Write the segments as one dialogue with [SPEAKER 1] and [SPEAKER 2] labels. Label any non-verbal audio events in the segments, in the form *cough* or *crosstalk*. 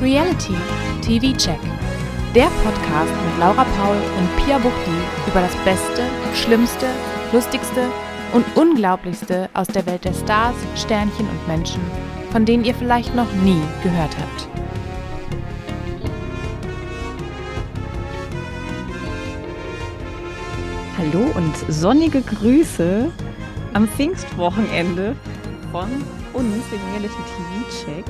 [SPEAKER 1] Reality TV Check. Der Podcast mit Laura Paul und Pia Buchti über das Beste, Schlimmste, Lustigste und Unglaublichste aus der Welt der Stars, Sternchen und Menschen, von denen ihr vielleicht noch nie gehört habt.
[SPEAKER 2] Hallo und sonnige Grüße am Pfingstwochenende von uns, dem Reality TV Check.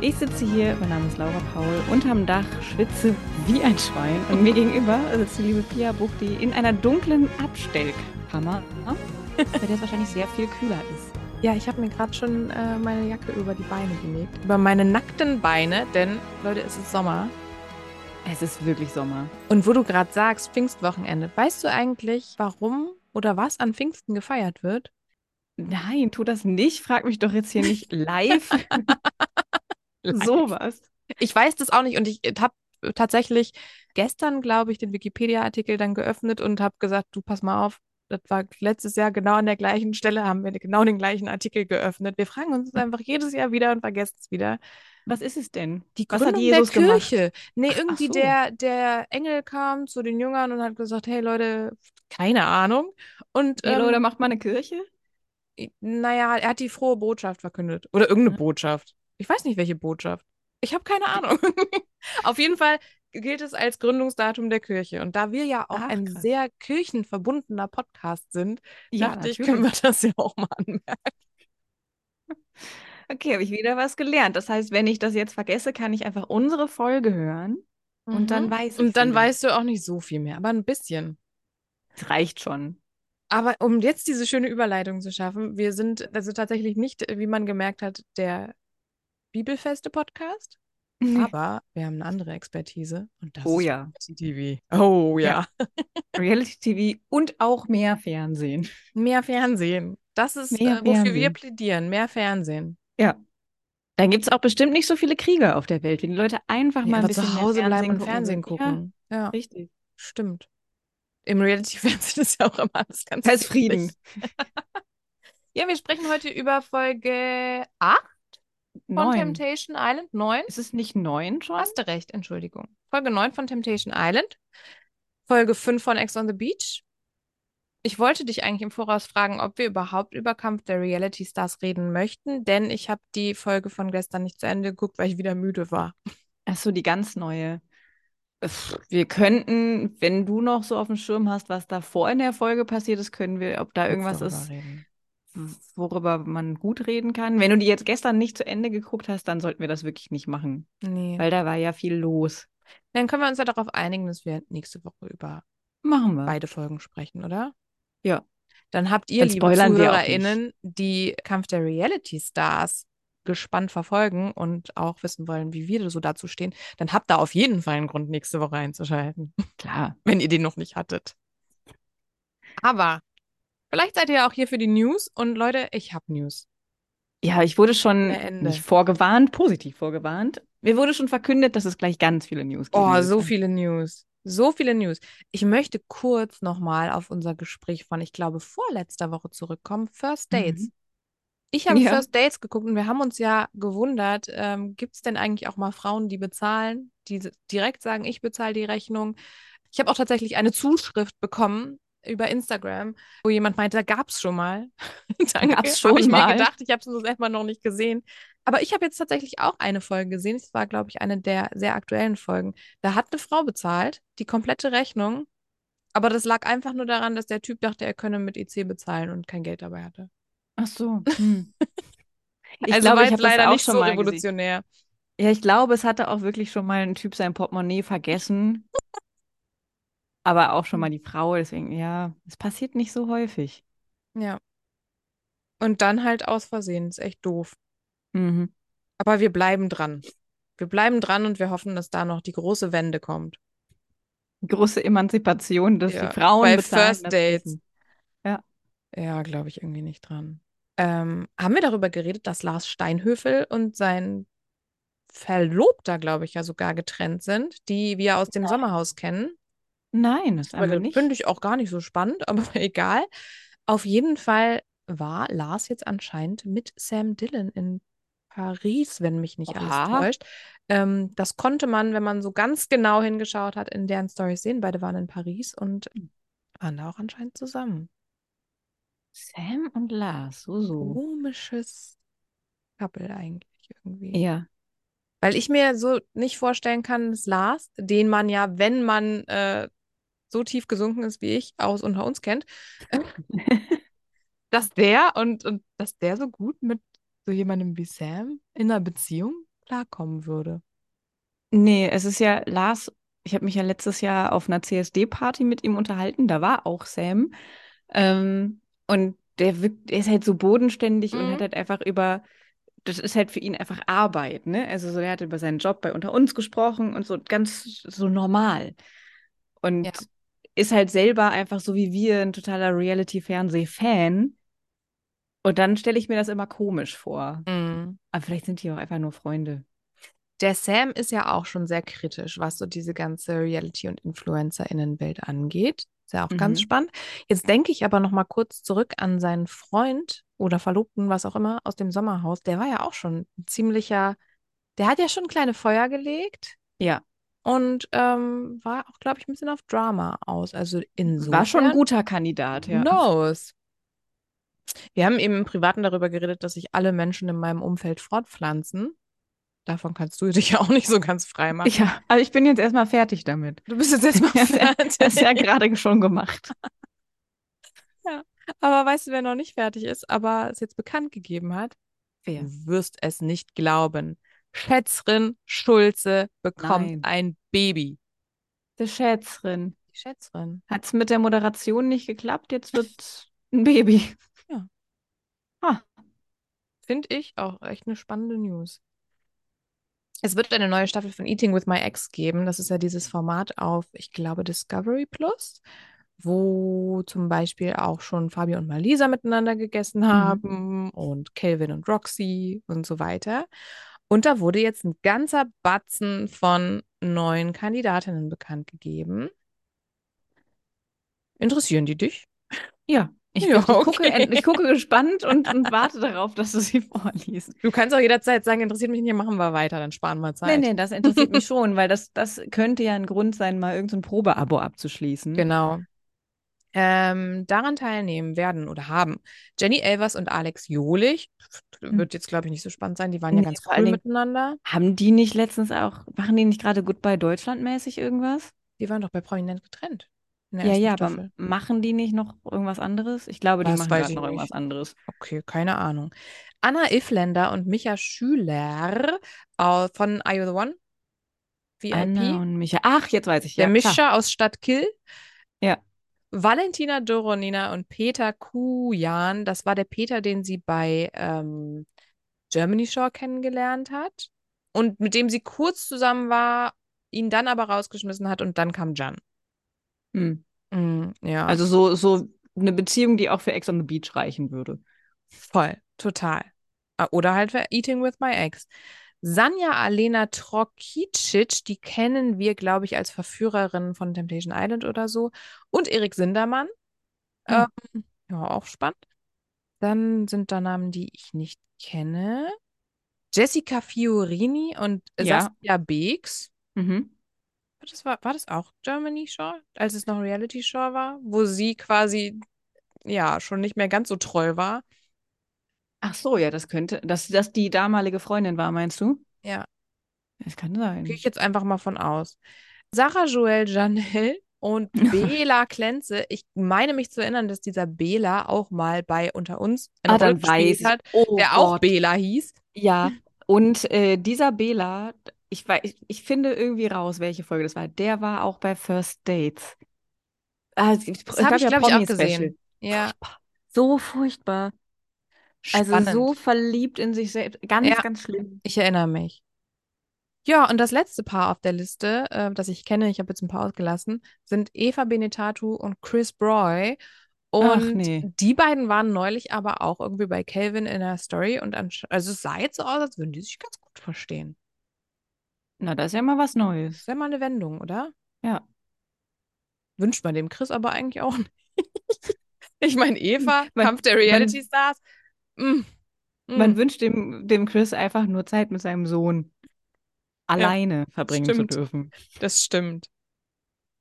[SPEAKER 2] Ich sitze hier, mein Name ist Laura Paul, unterm Dach, schwitze wie ein Schwein und mir gegenüber sitzt die liebe Pia Buchti in einer dunklen Abstellkammer, bei der es wahrscheinlich sehr viel kühler ist.
[SPEAKER 1] Ja, ich habe mir gerade schon äh, meine Jacke über die Beine gelegt. Über meine nackten Beine, denn, Leute, es ist Sommer.
[SPEAKER 2] Es ist wirklich Sommer.
[SPEAKER 1] Und wo du gerade sagst, Pfingstwochenende, weißt du eigentlich, warum oder was an Pfingsten gefeiert wird?
[SPEAKER 2] Nein, tu das nicht, frag mich doch jetzt
[SPEAKER 1] *laughs*
[SPEAKER 2] hier nicht live sowas.
[SPEAKER 1] Ich weiß das auch nicht und ich habe tatsächlich gestern, glaube ich, den Wikipedia-Artikel dann geöffnet und habe gesagt, du pass mal auf, das war letztes Jahr genau an der gleichen Stelle, haben wir genau den gleichen Artikel geöffnet. Wir fragen uns das einfach jedes Jahr wieder und vergessen es wieder.
[SPEAKER 2] Was ist es denn? Die
[SPEAKER 1] Was hat Jesus der Kirche? Nee, irgendwie
[SPEAKER 2] so.
[SPEAKER 1] der, der Engel kam zu den Jüngern und hat gesagt, hey Leute, keine Ahnung. Und
[SPEAKER 2] Hey
[SPEAKER 1] ähm,
[SPEAKER 2] Leute, macht mal eine Kirche?
[SPEAKER 1] Naja, er hat die frohe Botschaft verkündet. Oder irgendeine
[SPEAKER 2] Ja.
[SPEAKER 1] Botschaft. Ich weiß nicht, welche Botschaft. Ich habe keine Ahnung. *laughs* Auf jeden Fall gilt es als Gründungsdatum der Kirche. Und da wir ja auch
[SPEAKER 2] Ach,
[SPEAKER 1] ein
[SPEAKER 2] krass.
[SPEAKER 1] sehr kirchenverbundener Podcast sind, dachte ich,
[SPEAKER 2] natürlich.
[SPEAKER 1] können wir das ja auch mal anmerken.
[SPEAKER 2] Okay, habe ich wieder was gelernt. Das heißt, wenn ich das jetzt vergesse, kann ich einfach unsere Folge hören Mhm. und dann weiß ich
[SPEAKER 1] Mhm. Und dann
[SPEAKER 2] wieder.
[SPEAKER 1] weißt du auch nicht so viel mehr, aber ein bisschen.
[SPEAKER 2] Es reicht schon.
[SPEAKER 1] Aber um jetzt diese schöne Überleitung zu schaffen, wir sind also tatsächlich nicht, wie man gemerkt hat, der bibelfeste Podcast, aber wir haben eine andere Expertise und das
[SPEAKER 2] *laughs* Oh
[SPEAKER 1] ist
[SPEAKER 2] ja,
[SPEAKER 1] TV. Oh ja.
[SPEAKER 2] Reality TV und auch mehr Fernsehen.
[SPEAKER 1] Mehr Fernsehen. Das ist, äh,
[SPEAKER 2] Mehr
[SPEAKER 1] wofür wir
[SPEAKER 2] Fernsehen.
[SPEAKER 1] plädieren. Mehr Fernsehen.
[SPEAKER 2] Dann gibt es auch bestimmt nicht so viele Kriege auf der Welt, wenn die Leute einfach mal ein
[SPEAKER 1] aber
[SPEAKER 2] bisschen
[SPEAKER 1] zu
[SPEAKER 2] mehr
[SPEAKER 1] Hause bleiben
[SPEAKER 2] Fernsehen
[SPEAKER 1] und
[SPEAKER 2] gucken
[SPEAKER 1] Fernsehen gucken.
[SPEAKER 2] würden.
[SPEAKER 1] Ja,
[SPEAKER 2] Ja, richtig.
[SPEAKER 1] stimmt. Im Reality-Fernsehen *laughs* ist ja auch immer alles ganz
[SPEAKER 2] Da ist
[SPEAKER 1] friedlich. *laughs*
[SPEAKER 2] Frieden.
[SPEAKER 1] Ja, wir sprechen heute über Folge 8 von
[SPEAKER 2] Neun.
[SPEAKER 1] Temptation Island. 9.
[SPEAKER 2] Ist es nicht neun schon?
[SPEAKER 1] Hast du recht, Entschuldigung. Folge 9 von Temptation Island. Folge 5 von Ex on the Beach. Ich wollte dich eigentlich im Voraus fragen, ob wir überhaupt über Kampf der Reality Stars reden möchten, denn ich habe die Folge von gestern nicht zu Ende geguckt, weil ich wieder müde war.
[SPEAKER 2] Ach so, die ganz neue. Pff, Wir könnten, wenn du noch so auf dem Schirm hast, was davor in der Folge passiert ist, können wir, ob da irgendwas ist, worüber man gut reden kann. Wenn du die jetzt gestern nicht zu Ende geguckt hast, dann sollten wir das wirklich nicht machen,
[SPEAKER 1] Nee.
[SPEAKER 2] weil da war ja viel los.
[SPEAKER 1] Dann können wir uns ja darauf einigen, dass wir nächste Woche über
[SPEAKER 2] Machen wir.
[SPEAKER 1] beide Folgen sprechen, oder?
[SPEAKER 2] Ja.
[SPEAKER 1] Dann habt ihr,
[SPEAKER 2] Dann
[SPEAKER 1] liebe
[SPEAKER 2] spoilern wir auch nicht.
[SPEAKER 1] ZuhörerInnen, die Kampf der Reality Stars gespannt verfolgen und auch wissen wollen, wie wir so dazu stehen, dann habt ihr auf jeden Fall einen Grund, nächste Woche einzuschalten, *laughs*
[SPEAKER 2] Klar.
[SPEAKER 1] wenn ihr den noch nicht hattet. Aber vielleicht seid ihr ja auch hier für die News und Leute, ich habe News.
[SPEAKER 2] Ja, ich wurde schon
[SPEAKER 1] Der Ende.
[SPEAKER 2] nicht vorgewarnt, positiv vorgewarnt. Mir wurde schon verkündet, dass es gleich ganz viele News geben
[SPEAKER 1] Oh,
[SPEAKER 2] wird.
[SPEAKER 1] so viele News. So viele News. Ich möchte kurz nochmal auf unser Gespräch von, ich glaube, vorletzter Woche zurückkommen. First Dates.
[SPEAKER 2] Mhm.
[SPEAKER 1] Ich habe
[SPEAKER 2] Ja.
[SPEAKER 1] First Dates geguckt und wir haben uns ja gewundert, ähm, gibt es denn eigentlich auch mal Frauen, die bezahlen, die s- direkt sagen, ich bezahle die Rechnung? Ich habe auch tatsächlich eine Zuschrift bekommen über Instagram, wo jemand meinte, gab es schon mal. *laughs* Danke,
[SPEAKER 2] Gab's
[SPEAKER 1] habe ich
[SPEAKER 2] schon
[SPEAKER 1] mir
[SPEAKER 2] mal.
[SPEAKER 1] gedacht, ich habe es nur selber noch nicht gesehen. Aber ich habe jetzt tatsächlich auch eine Folge gesehen. Es war, glaube ich, eine der sehr aktuellen Folgen. Da hat eine Frau bezahlt, die komplette Rechnung. Aber das lag einfach nur daran, dass der Typ dachte, er könne mit EC bezahlen und kein Geld dabei hatte. *laughs*
[SPEAKER 2] Ach so. Hm. Ich
[SPEAKER 1] also
[SPEAKER 2] glaube,
[SPEAKER 1] war jetzt
[SPEAKER 2] ich habe das
[SPEAKER 1] leider
[SPEAKER 2] auch
[SPEAKER 1] nicht
[SPEAKER 2] schon
[SPEAKER 1] so
[SPEAKER 2] mal gesehen.
[SPEAKER 1] revolutionär.
[SPEAKER 2] Ja, ich glaube, es hatte auch wirklich schon mal ein Typ sein Portemonnaie vergessen. Aber auch schon mal die Frau, deswegen, ja, es passiert nicht so häufig.
[SPEAKER 1] Ja. Und dann halt aus Versehen, ist echt doof.
[SPEAKER 2] Mhm.
[SPEAKER 1] Aber wir bleiben dran. Wir bleiben dran und wir hoffen, dass da noch die große Wende kommt.
[SPEAKER 2] Große Emanzipation, dass die
[SPEAKER 1] Ja,
[SPEAKER 2] Frauen
[SPEAKER 1] bei
[SPEAKER 2] bezahlen
[SPEAKER 1] First
[SPEAKER 2] das
[SPEAKER 1] Dates.
[SPEAKER 2] Essen.
[SPEAKER 1] Ja, glaube ich irgendwie nicht dran. Ähm, haben wir darüber geredet, dass Lars Steinhöfel und sein Verlobter, glaube ich, ja sogar getrennt sind, die wir aus dem Sommerhaus kennen?
[SPEAKER 2] Nein, das haben wir
[SPEAKER 1] Also,
[SPEAKER 2] nicht.
[SPEAKER 1] finde ich auch gar nicht so spannend, *laughs* aber egal. Auf jeden Fall war Lars jetzt anscheinend mit Sam Dillon in Paris, wenn mich nicht alles
[SPEAKER 2] Oha.
[SPEAKER 1] täuscht. Ähm, das konnte man, wenn man so ganz genau hingeschaut hat, in deren Storys sehen. Beide waren in Paris und waren da auch anscheinend zusammen.
[SPEAKER 2] Sam und Lars, so, so.
[SPEAKER 1] Komisches Couple eigentlich irgendwie.
[SPEAKER 2] Ja.
[SPEAKER 1] Weil ich mir so nicht vorstellen kann, dass Lars, den man ja, wenn man äh, so tief gesunken ist wie ich, aus Unter uns kennt, äh, dass der und, und dass der so gut mit so jemandem wie Sam in einer Beziehung klarkommen würde.
[SPEAKER 2] Nee, es ist ja Lars, ich habe mich ja letztes Jahr auf einer CSD-Party mit ihm unterhalten, da war auch Sam. Ähm, und der wirkt, der ist halt so bodenständig und
[SPEAKER 1] Mhm.
[SPEAKER 2] hat halt einfach über, das ist halt für ihn einfach Arbeit, ne? Also so, der hat über seinen Job bei Unter uns gesprochen und so ganz so normal. Und
[SPEAKER 1] Ja.
[SPEAKER 2] ist halt selber einfach so wie wir ein totaler Reality-Fernseh-Fan. Und dann stelle ich mir das immer komisch vor.
[SPEAKER 1] Mhm.
[SPEAKER 2] Aber vielleicht sind die auch einfach nur Freunde.
[SPEAKER 1] Der Sam ist ja auch schon sehr kritisch, was so diese ganze Reality- und InfluencerInnenwelt angeht. Ist ja auch ganz
[SPEAKER 2] Mhm.
[SPEAKER 1] spannend. Jetzt denke ich aber noch mal kurz zurück an seinen Freund oder Verlobten, was auch immer, aus dem Sommerhaus. Der war ja auch schon ein ziemlicher, der hat ja schon kleine Feuer gelegt.
[SPEAKER 2] Ja.
[SPEAKER 1] Und ähm, war auch, glaube ich, ein bisschen auf Drama aus. Also insofern.
[SPEAKER 2] War schon ein guter Kandidat, ja.
[SPEAKER 1] Who knows? Wir haben eben im Privaten darüber geredet, dass sich alle Menschen in meinem Umfeld fortpflanzen. Davon kannst du *laughs* dich ja auch nicht so ganz frei machen.
[SPEAKER 2] Ja, aber ich bin jetzt erstmal fertig *laughs* damit.
[SPEAKER 1] Du bist jetzt erstmal
[SPEAKER 2] Ja, sehr- Das ist
[SPEAKER 1] fertig.
[SPEAKER 2] ja gerade schon gemacht.
[SPEAKER 1] Aber weißt du, wer noch nicht fertig ist, aber es jetzt bekannt gegeben hat?
[SPEAKER 2] Wer?
[SPEAKER 1] Du wirst es nicht glauben. Schätzerin Schulze bekommt
[SPEAKER 2] Nein.
[SPEAKER 1] ein Baby.
[SPEAKER 2] Die Schätzerin.
[SPEAKER 1] Die Schätzerin.
[SPEAKER 2] Hat es mit der Moderation nicht geklappt, jetzt wird ein Baby.
[SPEAKER 1] Finde ich auch echt eine spannende News. Es wird eine neue Staffel von Eating with My Ex geben. Das ist ja dieses Format auf, ich glaube, Discovery Plus, wo zum Beispiel auch schon Fabi und Malisa miteinander gegessen haben und Calvin und Roxy und so weiter. Und da wurde jetzt ein ganzer Batzen von neuen Kandidatinnen bekannt gegeben. Interessieren die dich?
[SPEAKER 2] Ja. Ich,
[SPEAKER 1] Ja, *laughs*
[SPEAKER 2] ich gucke,
[SPEAKER 1] okay.
[SPEAKER 2] ich gucke gespannt und, und warte darauf, dass du sie vorliest.
[SPEAKER 1] Du kannst auch jederzeit sagen, interessiert mich nicht, machen wir weiter, dann sparen wir Zeit.
[SPEAKER 2] Nee, nee, das interessiert mich schon, weil das, das könnte ja ein Grund sein, mal irgendein Probeabo abzuschließen.
[SPEAKER 1] Genau. Ähm, daran teilnehmen werden oder haben Jenny Elvers und Alex Jolich. Wird jetzt, glaube ich, nicht so spannend sein. Die waren ja
[SPEAKER 2] Hm. Nee,
[SPEAKER 1] ganz
[SPEAKER 2] vor allen
[SPEAKER 1] cool
[SPEAKER 2] Dingen-
[SPEAKER 1] miteinander.
[SPEAKER 2] Haben die nicht letztens auch, machen die nicht gerade Goodbye Deutschland mäßig irgendwas?
[SPEAKER 1] Die waren doch bei Prominent getrennt. In der
[SPEAKER 2] Ja,
[SPEAKER 1] ersten
[SPEAKER 2] ja, aber
[SPEAKER 1] Staffel.
[SPEAKER 2] machen die nicht noch irgendwas anderes? Ich glaube, die
[SPEAKER 1] Was
[SPEAKER 2] machen
[SPEAKER 1] weiß
[SPEAKER 2] gerade
[SPEAKER 1] ich
[SPEAKER 2] noch irgendwas
[SPEAKER 1] nicht.
[SPEAKER 2] anderes.
[SPEAKER 1] Okay, keine Ahnung. Anna Ifländer und Micha Schüler au- von Are You the One? VIP.
[SPEAKER 2] Anna und Micha. Ach, jetzt weiß ich.
[SPEAKER 1] Der
[SPEAKER 2] ja,
[SPEAKER 1] Mischer
[SPEAKER 2] klar.
[SPEAKER 1] aus Stadt Kiel.
[SPEAKER 2] Ja.
[SPEAKER 1] Valentina Doronina und Peter Kujan. Das war der Peter, den sie bei ähm, Germany Shore kennengelernt hat. Und mit dem sie kurz zusammen war, ihn dann aber rausgeschmissen hat und dann kam Jan.
[SPEAKER 2] Hm.
[SPEAKER 1] Mm, ja,
[SPEAKER 2] Also so, so eine Beziehung, die auch für Ex on the Beach reichen würde.
[SPEAKER 1] voll, total. Äh, Oder halt für Eating with My Ex. Sanja Alena Trokicic, die kennen wir, glaube ich, als Verführerin von Temptation Island oder so. Und Erik Sindermann.
[SPEAKER 2] Hm.
[SPEAKER 1] Ähm, ja, auch spannend. Dann sind da Namen, die ich nicht kenne. Jessica Fiorini und
[SPEAKER 2] Ja.
[SPEAKER 1] Saskia Beeks. Mhm. War Das war, war das auch Germany Shore, als es noch Reality Shore war, wo sie quasi ja schon nicht mehr ganz so treu war.
[SPEAKER 2] Ach so, ja, das könnte, dass das die damalige Freundin war, meinst du?
[SPEAKER 1] Ja.
[SPEAKER 2] Das kann sein.
[SPEAKER 1] Gehe ich jetzt einfach mal von aus. Sarah Joel Janel
[SPEAKER 2] *laughs*
[SPEAKER 1] und Bela Klenze. Ich meine mich zu erinnern, dass dieser Bela auch mal bei Unter uns eine
[SPEAKER 2] ah,
[SPEAKER 1] Rolle
[SPEAKER 2] dann weiß
[SPEAKER 1] gespielt
[SPEAKER 2] ich.
[SPEAKER 1] hat,
[SPEAKER 2] Oh
[SPEAKER 1] der auch
[SPEAKER 2] Gott.
[SPEAKER 1] Bela hieß.
[SPEAKER 2] Ja. Und äh, dieser Bela, ich weiß, ich, ich finde irgendwie raus, welche Folge das war. Der war auch bei First Dates. Ah, es gibt-
[SPEAKER 1] Das
[SPEAKER 2] es
[SPEAKER 1] habe
[SPEAKER 2] gab
[SPEAKER 1] ich,
[SPEAKER 2] ja
[SPEAKER 1] glaube ich, auch
[SPEAKER 2] Promi-Special.
[SPEAKER 1] gesehen. Ja,
[SPEAKER 2] Furchtbar. So furchtbar. Also
[SPEAKER 1] spannend.
[SPEAKER 2] so verliebt in sich selbst. Ganz,
[SPEAKER 1] Ja.
[SPEAKER 2] ganz schlimm.
[SPEAKER 1] Ich erinnere mich. Ja, und das letzte Paar auf der Liste, äh, das ich kenne, ich habe jetzt ein paar ausgelassen, sind Eva Benetatu und Chris Broy.
[SPEAKER 2] Ach,
[SPEAKER 1] Und
[SPEAKER 2] nee.
[SPEAKER 1] die beiden waren neulich aber auch irgendwie bei Calvin in der Story und ansch- also es sah jetzt so aus, als würden die sich ganz gut verstehen.
[SPEAKER 2] Na, das ist ja mal was
[SPEAKER 1] Das
[SPEAKER 2] Neues.
[SPEAKER 1] wäre mal eine Wendung, oder?
[SPEAKER 2] Ja.
[SPEAKER 1] Wünscht man dem Chris aber eigentlich auch nicht. *laughs* Ich meine, Eva,
[SPEAKER 2] Man-
[SPEAKER 1] Kampf der Reality Stars. Mm,
[SPEAKER 2] Man
[SPEAKER 1] Mhm.
[SPEAKER 2] wünscht dem, dem Chris einfach nur Zeit mit seinem Sohn alleine verbringen
[SPEAKER 1] stimmt.
[SPEAKER 2] zu dürfen.
[SPEAKER 1] Das stimmt.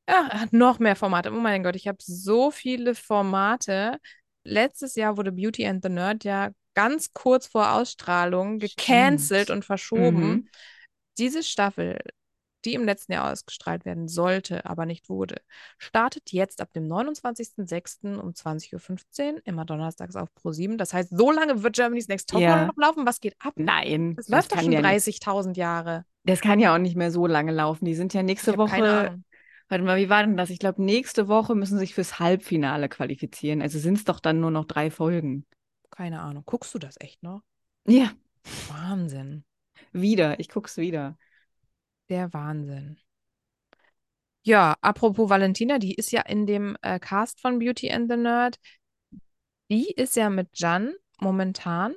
[SPEAKER 1] Ja, er hat noch mehr Formate. Oh mein Gott, ich habe so viele Formate. Letztes Jahr wurde Beauty and the Nerd ja ganz kurz vor Ausstrahlung gecancelt
[SPEAKER 2] Stimmt.
[SPEAKER 1] und verschoben.
[SPEAKER 2] Mhm.
[SPEAKER 1] Diese Staffel, die im letzten Jahr ausgestrahlt werden sollte, aber nicht wurde, startet jetzt ab dem 29.06. um 20.15 Uhr, immer donnerstags auf ProSieben. Das heißt, so lange wird Germany's Next Topmodel
[SPEAKER 2] Ja.
[SPEAKER 1] noch laufen. Was geht ab?
[SPEAKER 2] Nein,
[SPEAKER 1] Das läuft doch
[SPEAKER 2] kann
[SPEAKER 1] schon
[SPEAKER 2] ja nicht,
[SPEAKER 1] 30.000 Jahre.
[SPEAKER 2] das kann ja auch nicht mehr so lange laufen. Die sind ja
[SPEAKER 1] Ich
[SPEAKER 2] nächste
[SPEAKER 1] habe keine
[SPEAKER 2] Woche,
[SPEAKER 1] Ahnung.
[SPEAKER 2] warte mal, wie war denn das? Ich glaube, nächste Woche müssen sich fürs Halbfinale qualifizieren. Also sind es doch dann nur noch drei Folgen.
[SPEAKER 1] Keine Ahnung. Guckst du das echt noch?
[SPEAKER 2] Ja,
[SPEAKER 1] Wahnsinn.
[SPEAKER 2] wieder. Ich guck's wieder.
[SPEAKER 1] Der Wahnsinn. Ja, apropos Valentina, die ist ja in dem äh, Cast von Beauty and the Nerd. Die ist ja mit Jan momentan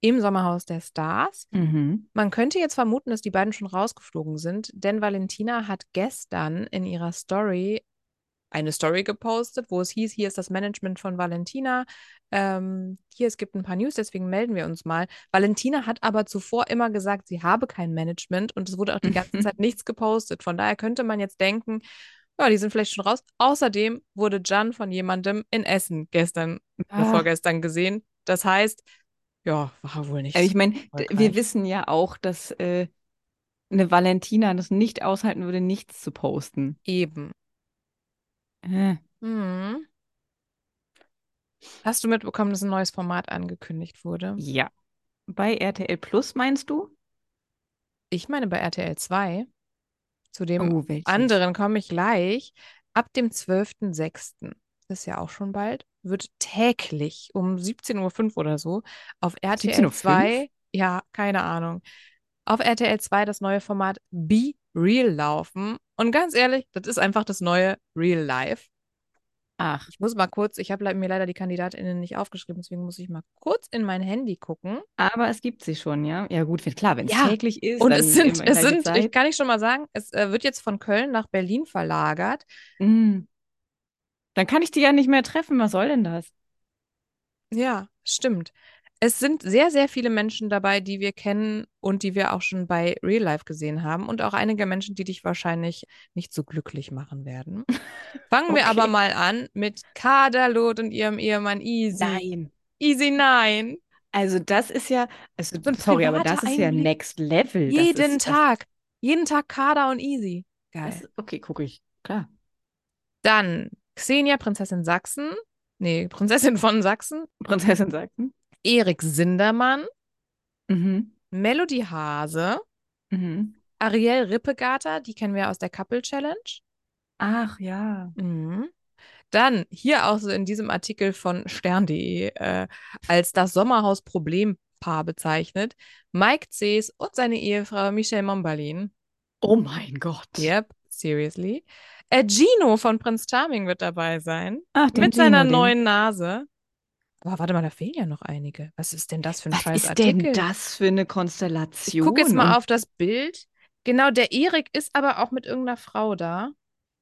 [SPEAKER 1] im Sommerhaus der Stars.
[SPEAKER 2] Mhm.
[SPEAKER 1] Man könnte jetzt vermuten, dass die beiden schon rausgeflogen sind, denn Valentina hat gestern in ihrer Story eine Story gepostet, wo es hieß, hier ist das Management von Valentina, ähm, hier, es gibt ein paar News, deswegen melden wir uns mal. Valentina hat aber zuvor immer gesagt, sie habe kein Management und es wurde auch die ganze
[SPEAKER 2] *laughs* Mhm.
[SPEAKER 1] Zeit nichts gepostet. Von daher könnte man jetzt denken, ja, die sind vielleicht schon raus. Außerdem wurde Jan von jemandem in Essen gestern oder
[SPEAKER 2] Ah.
[SPEAKER 1] vorgestern gesehen. Das heißt, ja, war wohl nicht
[SPEAKER 2] Ja, Also Ich meine,
[SPEAKER 1] erfolgreich.
[SPEAKER 2] wir wissen ja auch, dass äh, eine Valentina das nicht aushalten würde, nichts zu posten.
[SPEAKER 1] eben.
[SPEAKER 2] Äh,
[SPEAKER 1] Mhm. Hast du mitbekommen, dass ein neues Format angekündigt wurde?
[SPEAKER 2] Ja. Bei RTL Plus meinst du?
[SPEAKER 1] Ich meine bei RTL 2. Zu dem
[SPEAKER 2] Oh, welches?
[SPEAKER 1] anderen komme ich gleich. Ab dem 12.06., das ist ja auch schon bald, wird täglich um 17.05 Uhr oder so auf RTL 2,
[SPEAKER 2] 17:05?
[SPEAKER 1] ja, keine Ahnung, auf RTL 2 das neue Format Be Real laufen. Und ganz ehrlich, das ist einfach das neue Real Life.
[SPEAKER 2] Ach,
[SPEAKER 1] Ich muss mal kurz, ich habe mir leider die KandidatInnen nicht aufgeschrieben, deswegen muss ich mal kurz in mein Handy gucken.
[SPEAKER 2] aber es gibt sie schon, ja? Ja, gut, wenn- klar, wenn es
[SPEAKER 1] Ja,
[SPEAKER 2] täglich ist,
[SPEAKER 1] Und
[SPEAKER 2] dann
[SPEAKER 1] es sind,
[SPEAKER 2] immer
[SPEAKER 1] es
[SPEAKER 2] gleiche
[SPEAKER 1] sind, ich
[SPEAKER 2] Zeit.
[SPEAKER 1] kann ich schon mal sagen, es äh, wird jetzt von Köln nach Berlin verlagert.
[SPEAKER 2] Mm. Dann kann ich die ja nicht mehr treffen. Was soll denn das?
[SPEAKER 1] Ja, stimmt. Es sind sehr, sehr viele Menschen dabei, die wir kennen und die wir auch schon bei Real Life gesehen haben und auch einige Menschen, die dich wahrscheinlich nicht so glücklich machen
[SPEAKER 2] *laughs*
[SPEAKER 1] werden. Fangen wir aber
[SPEAKER 2] Okay.
[SPEAKER 1] mal an mit Kaderlot und ihrem Ehemann Easy.
[SPEAKER 2] Nein.
[SPEAKER 1] Easy, nein.
[SPEAKER 2] Also das ist ja, also
[SPEAKER 1] So ein
[SPEAKER 2] sorry, aber
[SPEAKER 1] privater
[SPEAKER 2] das ist ja
[SPEAKER 1] Einblick.
[SPEAKER 2] Next Level. Das
[SPEAKER 1] Jeden
[SPEAKER 2] ist, äh,
[SPEAKER 1] Tag. Jeden Tag Kader und Easy.
[SPEAKER 2] Das,
[SPEAKER 1] Geil.
[SPEAKER 2] das, okay, gucke ich. Klar.
[SPEAKER 1] Dann Xenia, Prinzessin Sachsen. Nee, Prinzessin von Sachsen.
[SPEAKER 2] Prinzessin hm? Sachsen.
[SPEAKER 1] Erik Sindermann,
[SPEAKER 2] Mhm.
[SPEAKER 1] Melody Hase,
[SPEAKER 2] Mhm.
[SPEAKER 1] Ariel Rippegater, die kennen wir aus der Couple Challenge.
[SPEAKER 2] Ach ja.
[SPEAKER 1] Mhm. Dann hier auch so in diesem Artikel von stern.de äh, als das Sommerhaus Problempaar bezeichnet, Mike Cees und seine Ehefrau Michelle Mombalin.
[SPEAKER 2] Oh mein Gott.
[SPEAKER 1] Yep, seriously. Äh, Gino von Prince Charming wird dabei sein,
[SPEAKER 2] Ach, den
[SPEAKER 1] mit seiner
[SPEAKER 2] Gino, den.
[SPEAKER 1] neuen Nase. Aber Oh, warte mal, da fehlen ja noch einige. Was ist denn das für ein
[SPEAKER 2] Was
[SPEAKER 1] scheiß
[SPEAKER 2] ist denn
[SPEAKER 1] Artikel?
[SPEAKER 2] das für eine
[SPEAKER 1] Ich gucke jetzt
[SPEAKER 2] Konstellation?
[SPEAKER 1] mal
[SPEAKER 2] Und-
[SPEAKER 1] auf das Bild. Genau, der Erik ist aber auch mit irgendeiner Frau da.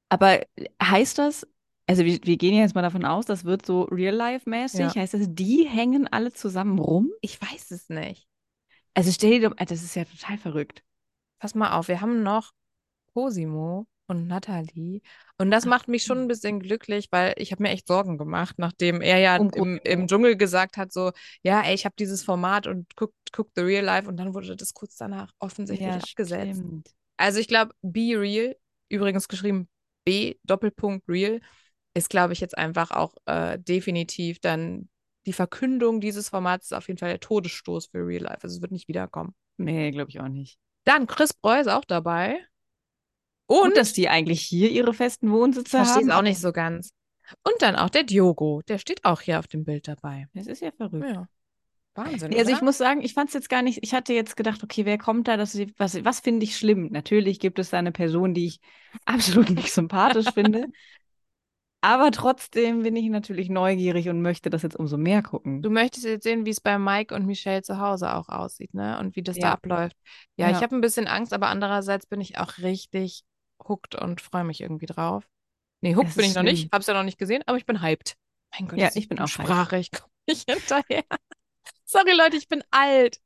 [SPEAKER 2] Aber heißt das, also wir, wir gehen ja jetzt mal davon aus, das wird so real-life-mäßig,
[SPEAKER 1] Ja.
[SPEAKER 2] heißt das, die hängen alle zusammen rum?
[SPEAKER 1] Ich weiß es nicht.
[SPEAKER 2] Also stell dir doch, das ist ja total verrückt.
[SPEAKER 1] Pass mal auf, wir haben noch Cosimo und Nathalie. Und das macht mich schon ein bisschen glücklich, weil ich habe mir echt Sorgen gemacht, nachdem er ja
[SPEAKER 2] Um
[SPEAKER 1] im, im
[SPEAKER 2] Cosimo.
[SPEAKER 1] Dschungel gesagt hat, so, ja, ey, ich habe dieses Format und guckt, guckt The Real Life. Und dann wurde das kurz danach offensichtlich
[SPEAKER 2] Ja,
[SPEAKER 1] abgesetzt.
[SPEAKER 2] stimmt.
[SPEAKER 1] Also ich glaube, Be Real, übrigens geschrieben B, Doppelpunkt Real, ist, glaube ich, jetzt einfach auch äh, definitiv dann die Verkündung dieses Formats ist auf jeden Fall der Todesstoß für Real Life. Also es wird nicht wiederkommen.
[SPEAKER 2] Nee, glaube ich auch nicht.
[SPEAKER 1] Dann Chris Breu ist auch dabei.
[SPEAKER 2] Gut,
[SPEAKER 1] Und
[SPEAKER 2] dass die eigentlich hier ihre festen Wohnsitze
[SPEAKER 1] verstehe es
[SPEAKER 2] haben.
[SPEAKER 1] auch nicht so ganz. Und dann auch der Diogo, der steht auch hier auf dem Bild dabei.
[SPEAKER 2] Das ist ja verrückt.
[SPEAKER 1] Ja. Wahnsinn,
[SPEAKER 2] Nee, also ich
[SPEAKER 1] oder?
[SPEAKER 2] muss sagen, ich fand es jetzt gar nicht, ich hatte jetzt gedacht, okay, wer kommt da, das, was, was finde ich schlimm? Natürlich gibt es da eine Person, die ich *laughs* absolut nicht sympathisch finde,
[SPEAKER 1] *laughs*
[SPEAKER 2] aber trotzdem bin ich natürlich neugierig und möchte das jetzt umso mehr gucken.
[SPEAKER 1] Du möchtest jetzt sehen, wie es bei Mike und Michelle zu Hause auch aussieht, ne? Und wie das da
[SPEAKER 2] Ja.
[SPEAKER 1] abläuft. Ja, ich
[SPEAKER 2] Ja.
[SPEAKER 1] habe ein bisschen Angst, aber andererseits bin ich auch richtig hooked und freue mich irgendwie drauf. Nee, hooked
[SPEAKER 2] Es
[SPEAKER 1] bin
[SPEAKER 2] ist
[SPEAKER 1] ich noch nicht,
[SPEAKER 2] schlimm.
[SPEAKER 1] hab's ja noch nicht gesehen, aber ich bin hyped. Mein Gott,
[SPEAKER 2] Ja,
[SPEAKER 1] das
[SPEAKER 2] ich bin auch hyped.
[SPEAKER 1] Sprache, ich komme nicht hinterher. Sorry, Leute, ich bin alt.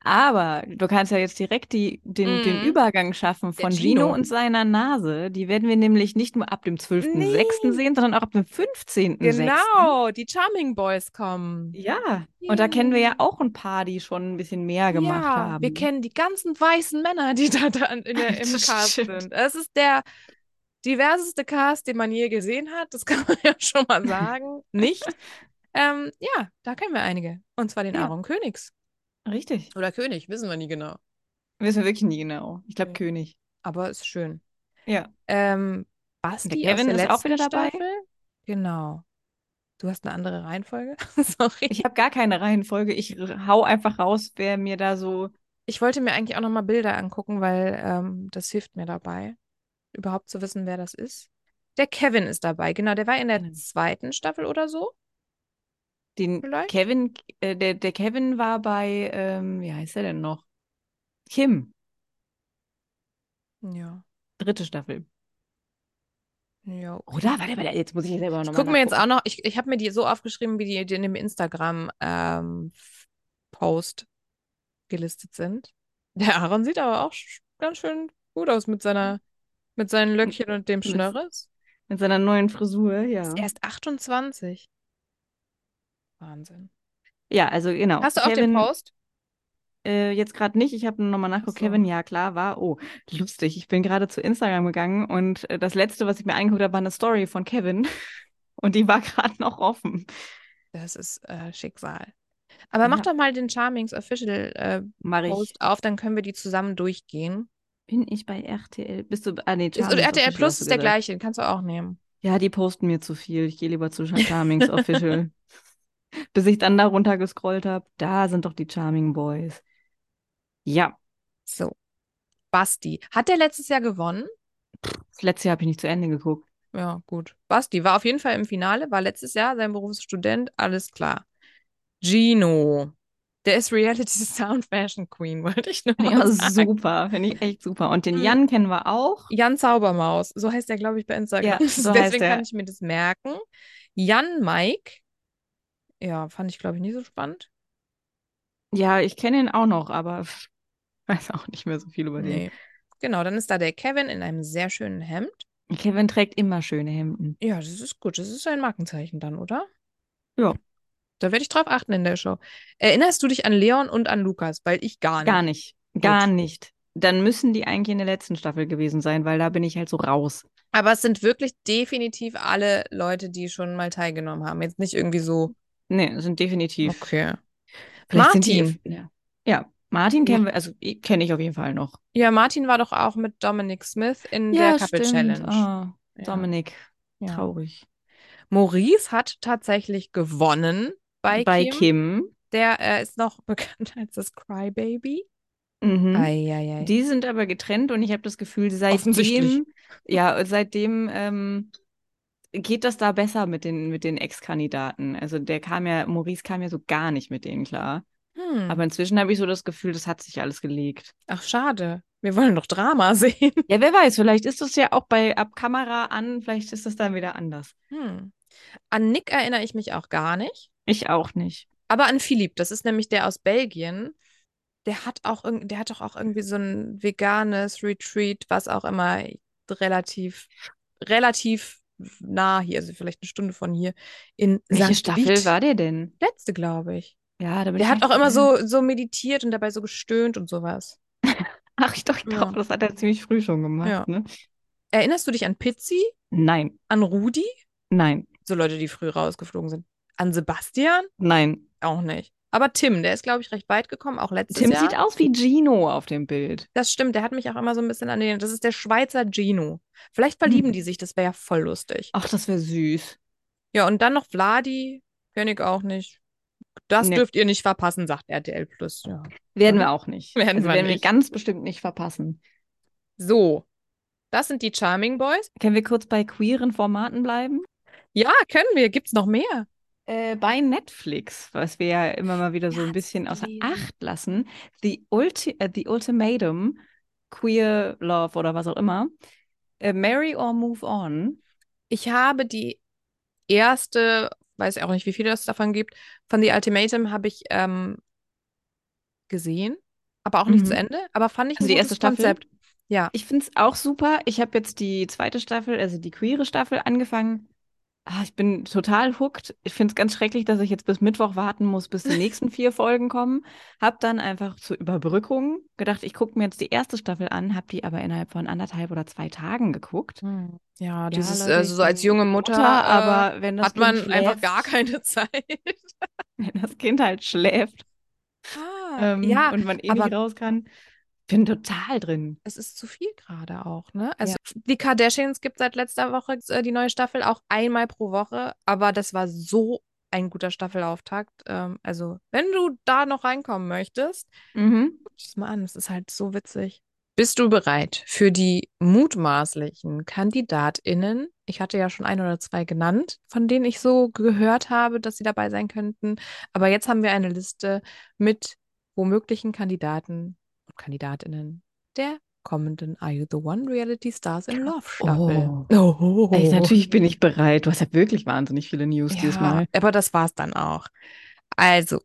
[SPEAKER 2] Aber du kannst ja jetzt direkt die, den, den
[SPEAKER 1] Mhm.
[SPEAKER 2] Übergang schaffen
[SPEAKER 1] Der
[SPEAKER 2] von
[SPEAKER 1] Gino.
[SPEAKER 2] Gino. und seiner Nase. Die werden wir nämlich nicht nur ab dem 12.06.
[SPEAKER 1] Nee.
[SPEAKER 2] sehen, sondern auch ab dem 15.06.
[SPEAKER 1] Genau, die Charming Boys kommen.
[SPEAKER 2] Ja, und da kennen wir ja auch ein paar, die schon ein bisschen mehr gemacht
[SPEAKER 1] ja,
[SPEAKER 2] haben.
[SPEAKER 1] wir kennen die ganzen weißen Männer, die da dann in
[SPEAKER 2] *laughs*
[SPEAKER 1] der, im
[SPEAKER 2] Das
[SPEAKER 1] Cast
[SPEAKER 2] stimmt.
[SPEAKER 1] sind. Es ist der diverseste Cast, den man je gesehen hat. Das *laughs* kann man ja schon mal
[SPEAKER 2] *laughs*
[SPEAKER 1] sagen. Nicht? Ähm, ja, da kennen wir einige. Und zwar den
[SPEAKER 2] Ja.
[SPEAKER 1] Aaron Königs.
[SPEAKER 2] Richtig.
[SPEAKER 1] Oder König, wissen wir nie genau.
[SPEAKER 2] Wissen wir wirklich nie genau. Ich glaube,
[SPEAKER 1] Nee. *laughs*
[SPEAKER 2] König.
[SPEAKER 1] Aber ist schön.
[SPEAKER 2] Ja.
[SPEAKER 1] Ähm, Basti aus
[SPEAKER 2] Kevin
[SPEAKER 1] der
[SPEAKER 2] ist auch
[SPEAKER 1] letzten
[SPEAKER 2] wieder dabei?
[SPEAKER 1] Staffel? Genau. Du hast eine andere
[SPEAKER 2] *laughs*
[SPEAKER 1] Reihenfolge? *laughs* Sorry.
[SPEAKER 2] Ich habe gar keine Reihenfolge. Ich r- hau einfach raus, wer mir da so.
[SPEAKER 1] Ich wollte mir eigentlich auch nochmal Bilder angucken, weil ähm, das hilft mir dabei, überhaupt zu wissen, wer das ist. Der Kevin ist dabei, genau. Der war in der
[SPEAKER 2] Genau.
[SPEAKER 1] zweiten Staffel oder so,
[SPEAKER 2] Den
[SPEAKER 1] vielleicht.
[SPEAKER 2] Kevin, äh, der, der Kevin war bei, ähm, wie heißt er denn noch? Kim,
[SPEAKER 1] Ja.
[SPEAKER 2] dritte Staffel.
[SPEAKER 1] Ja.
[SPEAKER 2] Oder? Warte, warte, jetzt muss ich selber
[SPEAKER 1] Ich
[SPEAKER 2] nochmal.
[SPEAKER 1] guck mir jetzt auch noch, ich, ich habe mir die so aufgeschrieben, wie die, die in dem Instagram-Post gelistet sind. Der Aaron sieht aber auch sch- ganz schön gut aus mit seiner, mit seinen Löckchen und dem
[SPEAKER 2] Mhm. Mit-
[SPEAKER 1] Schnörres.
[SPEAKER 2] Mit seiner neuen Frisur, ja.
[SPEAKER 1] Ist erst 28. Wahnsinn.
[SPEAKER 2] Ja, also genau.
[SPEAKER 1] Hast du auch den
[SPEAKER 2] Kevin,
[SPEAKER 1] Post?
[SPEAKER 2] Äh, jetzt gerade nicht. Ich habe nochmal nachgeguckt.
[SPEAKER 1] Ach so.
[SPEAKER 2] Kevin, ja klar, war. Oh, lustig. Ich bin gerade zu Instagram gegangen und äh, das Letzte, was ich mir angeguckt habe, war eine Story von Kevin. *laughs* Und die war gerade noch offen.
[SPEAKER 1] Das ist äh, Schicksal. Aber mach
[SPEAKER 2] Ja.
[SPEAKER 1] doch mal den Charmings Official äh,
[SPEAKER 2] Mach ich.
[SPEAKER 1] Post auf, dann können wir die zusammen durchgehen.
[SPEAKER 2] Bin ich bei RTL? Bist du. Ah, nee,
[SPEAKER 1] Ist,
[SPEAKER 2] Charmings
[SPEAKER 1] oder RTL
[SPEAKER 2] Official
[SPEAKER 1] Plus
[SPEAKER 2] hast du
[SPEAKER 1] ist der
[SPEAKER 2] gesagt.
[SPEAKER 1] gleiche, den kannst du auch nehmen.
[SPEAKER 2] Ja, die posten mir zu viel. Ich gehe lieber zu *laughs* Charmings Official. *laughs* Bis ich dann da runtergescrollt habe. Da sind doch die Charming Boys. Ja,
[SPEAKER 1] So. Basti. Hat der letztes Jahr gewonnen?
[SPEAKER 2] das letzte Jahr habe ich nicht zu Ende geguckt.
[SPEAKER 1] Ja, gut. Basti war auf jeden Fall im Finale, war letztes Jahr sein Berufsstudent, alles klar. Gino. Der ist Reality *laughs* Sound Fashion Queen, wollte ich nur
[SPEAKER 2] *laughs* Ja,
[SPEAKER 1] mal sagen.
[SPEAKER 2] super. Finde ich echt super. Und den
[SPEAKER 1] Mhm.
[SPEAKER 2] Jan kennen wir auch.
[SPEAKER 1] Jan Zaubermaus. So heißt er, glaube ich, bei Instagram. *laughs*
[SPEAKER 2] Ja, so heißt
[SPEAKER 1] Deswegen
[SPEAKER 2] er.
[SPEAKER 1] kann ich mir das merken. Jan Mike. Ja, fand ich, glaube ich, nicht so spannend.
[SPEAKER 2] Ja, ich kenne ihn auch noch, aber pff, *laughs* weiß auch nicht mehr so viel über den.
[SPEAKER 1] Nee. Genau, dann ist da der Kevin in einem sehr schönen Hemd.
[SPEAKER 2] Kevin trägt immer schöne Hemden.
[SPEAKER 1] Ja, das ist gut. Das ist ein Markenzeichen dann, oder?
[SPEAKER 2] Ja.
[SPEAKER 1] Da werde ich drauf achten in der Show. Erinnerst du dich an Leon und an Lukas? Weil ich gar nicht.
[SPEAKER 2] Gar nicht. Gar nicht. Dann müssen die eigentlich in der letzten Staffel gewesen sein, weil da bin ich halt so raus.
[SPEAKER 1] Aber es sind wirklich definitiv alle Leute, die schon mal teilgenommen haben. Jetzt nicht irgendwie so,
[SPEAKER 2] Nee, sind definitiv.
[SPEAKER 1] okay.
[SPEAKER 2] Vielleicht sind die- ja. ja, Martin kennen wir, also eh, kenne ich auf jeden Fall noch.
[SPEAKER 1] Ja, Martin war doch auch mit Dominic Smith in der Couple Challenge.
[SPEAKER 2] Ah,
[SPEAKER 1] Ja,
[SPEAKER 2] Dominik,
[SPEAKER 1] ja.
[SPEAKER 2] traurig.
[SPEAKER 1] Maurice hat tatsächlich gewonnen bei, Kim. Der äh, ist noch *laughs* bekannt als das Crybaby.
[SPEAKER 2] Mhm.
[SPEAKER 1] Eieiei.
[SPEAKER 2] Die sind aber getrennt und ich habe das Gefühl,
[SPEAKER 1] Offensichtlich.
[SPEAKER 2] seitdem, ja, seitdem ähm, geht das da besser mit den, mit den Ex-Kandidaten. Also der kam ja, Maurice kam ja so gar nicht mit denen klar.
[SPEAKER 1] Hm.
[SPEAKER 2] Aber inzwischen habe ich so das Gefühl, das hat sich alles gelegt.
[SPEAKER 1] Ach, schade. Wir wollen doch Drama *laughs* sehen.
[SPEAKER 2] *laughs* Ja, wer weiß, vielleicht ist das ja auch bei ab Kamera an, vielleicht ist das dann wieder anders.
[SPEAKER 1] Hm. An Nick erinnere ich mich auch gar nicht.
[SPEAKER 2] Ich auch nicht.
[SPEAKER 1] Aber an Philipp, das ist nämlich der aus Belgien. Der hat auch, irg- der hat doch auch irgendwie so ein veganes Retreat, was auch immer, relativ, relativ nah hier, also vielleicht eine Stunde von hier in
[SPEAKER 2] Welche
[SPEAKER 1] Sankt
[SPEAKER 2] Staffel
[SPEAKER 1] Vith.
[SPEAKER 2] war der denn?
[SPEAKER 1] Letzte, glaube ich.
[SPEAKER 2] Ja, da bin
[SPEAKER 1] Der
[SPEAKER 2] ich
[SPEAKER 1] hat
[SPEAKER 2] nicht
[SPEAKER 1] auch immer
[SPEAKER 2] drin.
[SPEAKER 1] so, so meditiert und dabei so gestöhnt und sowas.
[SPEAKER 2] Ach, ich doch, ich
[SPEAKER 1] Ja.
[SPEAKER 2] glaube, das hat er ziemlich früh schon gemacht,
[SPEAKER 1] Ja.
[SPEAKER 2] ne?
[SPEAKER 1] Erinnerst du dich an Pizzi,
[SPEAKER 2] Nein,
[SPEAKER 1] an Rudi?
[SPEAKER 2] nein,
[SPEAKER 1] So Leute, die früh rausgeflogen sind. An Sebastian?
[SPEAKER 2] nein.
[SPEAKER 1] Auch nicht. Aber Tim, der ist, glaube ich, recht weit gekommen, auch letztes
[SPEAKER 2] Tim
[SPEAKER 1] Jahr.
[SPEAKER 2] sieht aus wie Gino auf dem Bild.
[SPEAKER 1] Das stimmt, der hat mich auch immer so ein bisschen an den. Das ist der Schweizer Gino. Vielleicht verlieben
[SPEAKER 2] Hm.
[SPEAKER 1] die sich, das wäre ja voll lustig.
[SPEAKER 2] Ach, das wäre süß.
[SPEAKER 1] Ja, und dann noch Vladi, kenne ich auch nicht. Das
[SPEAKER 2] Nee.
[SPEAKER 1] dürft ihr nicht verpassen, sagt RTL Plus. Ja.
[SPEAKER 2] Werden
[SPEAKER 1] Mhm.
[SPEAKER 2] wir auch nicht.
[SPEAKER 1] Werden
[SPEAKER 2] also
[SPEAKER 1] wir
[SPEAKER 2] werden
[SPEAKER 1] nicht.
[SPEAKER 2] wir ganz bestimmt nicht verpassen.
[SPEAKER 1] So, das sind die Charming Boys.
[SPEAKER 2] Können wir kurz bei queeren Formaten bleiben?
[SPEAKER 1] Ja, können wir. Gibt's noch mehr?
[SPEAKER 2] Äh, bei Netflix, was wir ja immer mal wieder so ein bisschen außer
[SPEAKER 1] gelesen.
[SPEAKER 2] Acht lassen, The, Ulti äh, The Ultimatum, Queer Love oder was auch immer, äh, Marry or Move On.
[SPEAKER 1] Ich habe die erste weiß auch nicht, wie viele es davon gibt. Von The Ultimatum habe ich ähm, gesehen, aber auch nicht
[SPEAKER 2] Mhm.
[SPEAKER 1] zu Ende. Aber fand ich
[SPEAKER 2] Also
[SPEAKER 1] ein
[SPEAKER 2] die
[SPEAKER 1] gutes
[SPEAKER 2] erste Staffel?
[SPEAKER 1] Konzept. Ja.
[SPEAKER 2] Ich finde es auch super. Ich habe jetzt die zweite Staffel, also die queere Staffel, angefangen. Ah, ich bin total hooked. Ich finde es ganz schrecklich, dass ich jetzt bis Mittwoch warten muss, bis die
[SPEAKER 1] *laughs*
[SPEAKER 2] nächsten vier Folgen kommen. Hab dann einfach zur Überbrückung gedacht, ich gucke mir jetzt die erste Staffel an, habe die aber innerhalb von anderthalb oder zwei Tagen geguckt.
[SPEAKER 1] Ja,
[SPEAKER 2] Ja,
[SPEAKER 1] Hm. dieses,
[SPEAKER 2] Leute,
[SPEAKER 1] also
[SPEAKER 2] ich
[SPEAKER 1] so als
[SPEAKER 2] bin
[SPEAKER 1] junge Mutter, äh,
[SPEAKER 2] aber wenn das
[SPEAKER 1] hat man
[SPEAKER 2] Kind
[SPEAKER 1] einfach gar
[SPEAKER 2] schläft,
[SPEAKER 1] keine *laughs* Zeit.
[SPEAKER 2] *laughs* wenn das Kind halt schläft ähm,
[SPEAKER 1] Ah, ja,
[SPEAKER 2] und man eh
[SPEAKER 1] aber-
[SPEAKER 2] nicht raus kann, bin total drin.
[SPEAKER 1] es ist zu viel gerade auch, ne? Also die Kardashians gibt seit letzter Woche äh, die neue Staffel auch einmal pro Woche, aber das war so ein guter Staffelauftakt. Ähm, also, wenn du da noch reinkommen möchtest,
[SPEAKER 2] Mhm.
[SPEAKER 1] guck es mal an, es ist halt so witzig. Bist du bereit für die mutmaßlichen KandidatInnen? Ich hatte ja schon ein oder zwei genannt, von denen ich so gehört habe, dass sie dabei sein könnten. Aber jetzt haben wir eine Liste mit womöglichen Kandidaten und KandidatInnen der kommenden Are You the One Reality Stars in Love Staffel.
[SPEAKER 2] Oh. Ey, natürlich bin ich bereit. Du hast ja wirklich wahnsinnig viele News
[SPEAKER 1] Ja,
[SPEAKER 2] dieses Mal.
[SPEAKER 1] aber das war's dann auch. Also,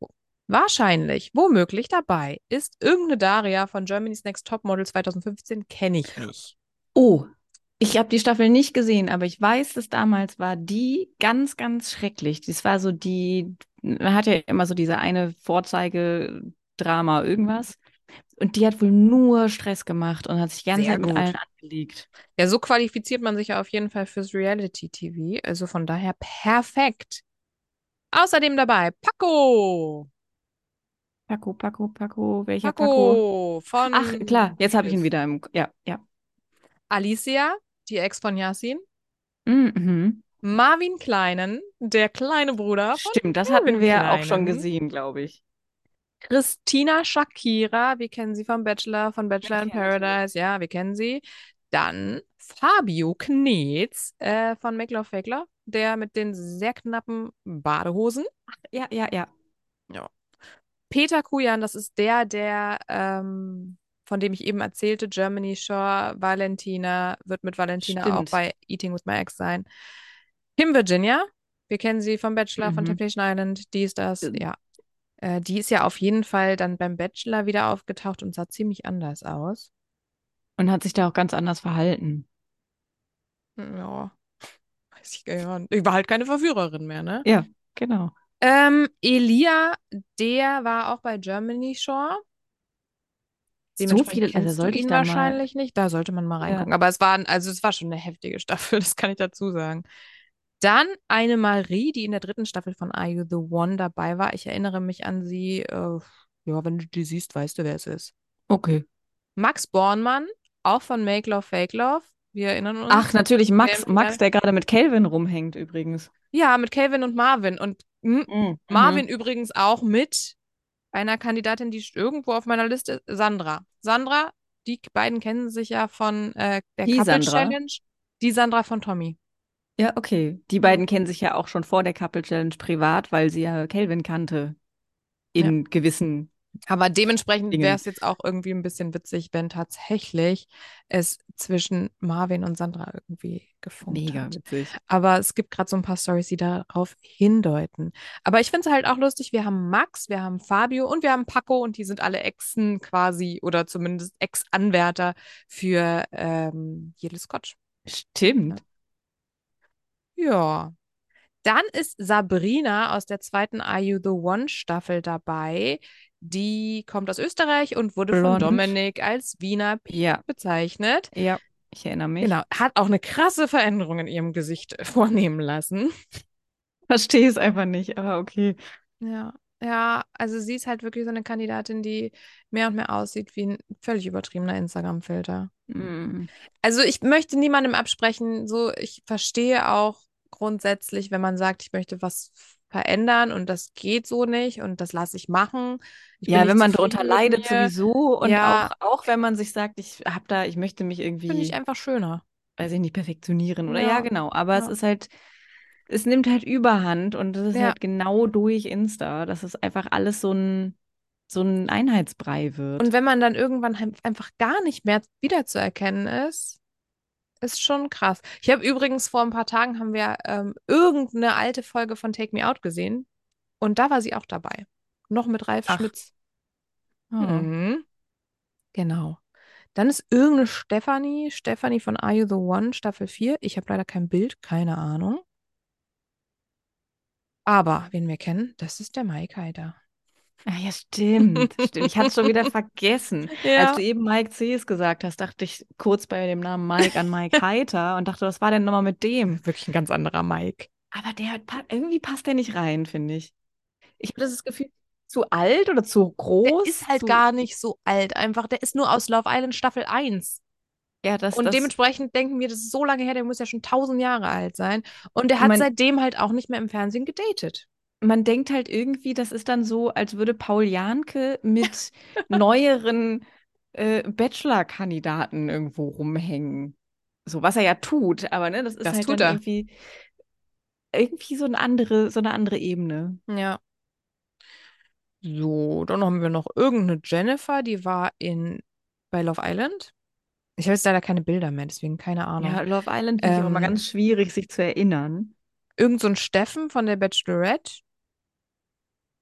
[SPEAKER 1] wahrscheinlich, womöglich dabei ist irgendeine Daria von Germany's Next Topmodel 2015, kenne ich nicht.
[SPEAKER 2] Oh, ich habe die Staffel nicht gesehen, aber ich weiß, dass damals war die ganz, ganz schrecklich. Das war so die, man hat ja immer so diese eine Vorzeige-Drama irgendwas. Und die hat wohl nur Stress gemacht und hat sich die ganze
[SPEAKER 1] Sehr
[SPEAKER 2] Zeit mit
[SPEAKER 1] gut.
[SPEAKER 2] allen angelegt.
[SPEAKER 1] Ja, so qualifiziert man sich ja auf jeden Fall fürs Reality-TV. Also von daher perfekt. Außerdem dabei Paco.
[SPEAKER 2] Paco, Paco, Paco, welcher
[SPEAKER 1] Paco
[SPEAKER 2] Paco?
[SPEAKER 1] von
[SPEAKER 2] Ach, klar, jetzt habe ich ihn
[SPEAKER 1] Julius.
[SPEAKER 2] wieder im, K- ja, ja.
[SPEAKER 1] Alicia, die Ex von Yasin.
[SPEAKER 2] Mhm.
[SPEAKER 1] Marvin Kleinen, der kleine Bruder von
[SPEAKER 2] Stimmt, das hatten
[SPEAKER 1] Calvin
[SPEAKER 2] wir ja auch schon
[SPEAKER 1] Kleinen.
[SPEAKER 2] gesehen, glaube ich.
[SPEAKER 1] Christina Shakira, wir kennen sie vom Bachelor, von Bachelor in
[SPEAKER 2] kennen sie.
[SPEAKER 1] Paradise, ja, wir kennen sie. Dann Fabio Knetz äh, von Make Love Fake Love, der mit den sehr knappen Badehosen.
[SPEAKER 2] Ja, ja, ja.
[SPEAKER 1] Peter Kujan, das ist der, der, ähm, von dem ich eben erzählte, Germany Shore, Valentina, wird mit Valentina auch
[SPEAKER 2] Stimmt.
[SPEAKER 1] bei Eating with My Ex sein. Kim Virginia, wir kennen sie vom Bachelor, von
[SPEAKER 2] Mhm.
[SPEAKER 1] Temptation Island, die ist das,
[SPEAKER 2] Stimmt.
[SPEAKER 1] ja. Äh, die ist ja auf jeden Fall dann beim Bachelor wieder aufgetaucht und sah ziemlich anders aus.
[SPEAKER 2] Und hat sich da auch ganz anders verhalten.
[SPEAKER 1] Ja, weiß ich gar nicht. Ich war halt keine Verführerin mehr, ne?
[SPEAKER 2] Genau.
[SPEAKER 1] Ähm, Elia, der war auch bei Germany Shore.
[SPEAKER 2] So
[SPEAKER 1] Dementsprechend
[SPEAKER 2] viele, also
[SPEAKER 1] kennst du
[SPEAKER 2] sollte ich
[SPEAKER 1] ihn
[SPEAKER 2] da mal-
[SPEAKER 1] wahrscheinlich nicht. Da sollte man mal
[SPEAKER 2] Ja.
[SPEAKER 1] reingucken. Aber es war, ein- also es war schon eine heftige Staffel, *laughs* das kann ich dazu sagen. Dann eine Marie, die in der dritten Staffel von Are You the One dabei war. Ich erinnere mich an sie. Äh, ja, wenn du die siehst, weißt du, wer es ist.
[SPEAKER 2] Okay.
[SPEAKER 1] Max Bornmann, auch von Make Love Fake Love. Wir erinnern uns.
[SPEAKER 2] Ach, natürlich Max,
[SPEAKER 1] Ähm,
[SPEAKER 2] Max, der gerade mit Calvin rumhängt übrigens.
[SPEAKER 1] Ja, mit Calvin und Marvin. Und hm, Marvin
[SPEAKER 2] Mhm.
[SPEAKER 1] übrigens auch mit einer Kandidatin, die irgendwo auf meiner Liste ist, Sandra. Sandra, die beiden kennen sich ja von äh, der
[SPEAKER 2] Die
[SPEAKER 1] Couple
[SPEAKER 2] Sandra?
[SPEAKER 1] Challenge. Die Sandra von Tommy.
[SPEAKER 2] Mhm. Ja, okay. Die
[SPEAKER 1] Mhm.
[SPEAKER 2] beiden kennen sich ja auch schon vor der Couple Challenge privat, weil sie ja Calvin kannte. In gewissen.
[SPEAKER 1] Aber dementsprechend
[SPEAKER 2] Dingen.
[SPEAKER 1] wäre es jetzt auch irgendwie ein bisschen witzig, wenn tatsächlich es zwischen Marvin und Sandra irgendwie gefunkt
[SPEAKER 2] Mega
[SPEAKER 1] hat.
[SPEAKER 2] witzig.
[SPEAKER 1] Aber es gibt gerade so ein paar Stories, die darauf hindeuten. Aber ich finde es halt auch lustig. Wir haben Max, wir haben Fabio und wir haben Paco und die sind alle Exen quasi oder zumindest Ex-Anwärter für ähm, jedes Scotch.
[SPEAKER 2] Stimmt.
[SPEAKER 1] Ja. Dann ist Sabrina aus der zweiten Are You the One Staffel dabei. Die kommt aus Österreich und wurde von
[SPEAKER 2] Blond.
[SPEAKER 1] Dominik als Wiener P
[SPEAKER 2] Ja,
[SPEAKER 1] bezeichnet.
[SPEAKER 2] ja. Ich erinnere mich.
[SPEAKER 1] Genau, hat auch eine krasse Veränderung in ihrem Gesicht vornehmen lassen.
[SPEAKER 2] Verstehe es einfach nicht, aber okay.
[SPEAKER 1] Ja, ja, also sie ist halt wirklich so eine Kandidatin, die mehr und mehr aussieht wie ein völlig übertriebener Instagram-Filter.
[SPEAKER 2] Mm.
[SPEAKER 1] Also ich möchte niemandem absprechen, so ich verstehe auch grundsätzlich, wenn man sagt, ich möchte was verändern und das geht so nicht und das lasse ich machen. Ich bin
[SPEAKER 2] Ja,
[SPEAKER 1] nicht
[SPEAKER 2] wenn man
[SPEAKER 1] zufrieden
[SPEAKER 2] darunter
[SPEAKER 1] mit
[SPEAKER 2] leidet
[SPEAKER 1] mir,
[SPEAKER 2] sowieso und
[SPEAKER 1] Ja.
[SPEAKER 2] auch, auch wenn man sich sagt, ich hab da, ich möchte mich irgendwie.
[SPEAKER 1] bin ich einfach schöner.
[SPEAKER 2] weiß ich nicht, perfektionieren oder
[SPEAKER 1] Ja.
[SPEAKER 2] ja, genau. Aber es
[SPEAKER 1] Ja.
[SPEAKER 2] ist halt, es nimmt halt Überhand und es ist
[SPEAKER 1] Ja.
[SPEAKER 2] halt genau durch Insta, dass es einfach alles so ein, so ein Einheitsbrei wird.
[SPEAKER 1] Und wenn man dann irgendwann heim- einfach gar nicht mehr wiederzuerkennen ist, Ist schon krass. Ich habe übrigens vor ein paar Tagen haben wir ähm, irgendeine alte Folge von Take Me Out gesehen und da war sie auch dabei. Noch mit Ralf
[SPEAKER 2] Ach.
[SPEAKER 1] Schmitz.
[SPEAKER 2] Mhm.
[SPEAKER 1] Mhm. Genau. Dann ist irgendeine Stefanie, Stefanie von Are You the One, Staffel 4. Ich habe leider kein Bild, keine Ahnung. Aber wen wir kennen, das ist der Mike Heider.
[SPEAKER 2] Ah, ja, stimmt. stimmt. Ich hatte es
[SPEAKER 1] *laughs*
[SPEAKER 2] schon wieder vergessen. Als
[SPEAKER 1] Also,
[SPEAKER 2] du eben Mike Cs gesagt hast, dachte ich kurz bei dem Namen Mike
[SPEAKER 1] *laughs*
[SPEAKER 2] an Mike Heiter und dachte, was war denn nochmal mit dem?
[SPEAKER 1] wirklich ein ganz anderer Mike.
[SPEAKER 2] Aber der pa- irgendwie passt der nicht rein, finde ich. Ich habe das Gefühl, zu alt oder zu
[SPEAKER 1] Der
[SPEAKER 2] groß?
[SPEAKER 1] ist halt
[SPEAKER 2] zu,
[SPEAKER 1] gar nicht so alt, einfach. Der ist nur aus Love Island Staffel 1.
[SPEAKER 2] Ja, das,
[SPEAKER 1] Und
[SPEAKER 2] das,
[SPEAKER 1] dementsprechend denken wir, das ist so lange her, der muss ja schon tausend Jahre alt sein. Und der
[SPEAKER 2] Ich
[SPEAKER 1] hat
[SPEAKER 2] mein-
[SPEAKER 1] seitdem halt auch nicht mehr im Fernsehen gedatet.
[SPEAKER 2] man denkt halt irgendwie, das ist dann so, als würde Paul Janke *laughs* mit neueren äh, Bachelor-Kandidaten irgendwo rumhängen. So, was er ja tut, aber ne, das ist
[SPEAKER 1] Das
[SPEAKER 2] halt
[SPEAKER 1] tut
[SPEAKER 2] dann
[SPEAKER 1] er.
[SPEAKER 2] irgendwie, irgendwie so eine andere, so eine andere Ebene.
[SPEAKER 1] Ja. So, dann haben wir noch irgendeine Jennifer, die war in bei Love Island. Ich habe jetzt leider keine Bilder mehr, deswegen keine Ahnung.
[SPEAKER 2] Ja, Love Island finde ich auch immer
[SPEAKER 1] Ähm,
[SPEAKER 2] ganz schwierig, sich zu erinnern.
[SPEAKER 1] Irgend so ein Steffen von der Bachelorette.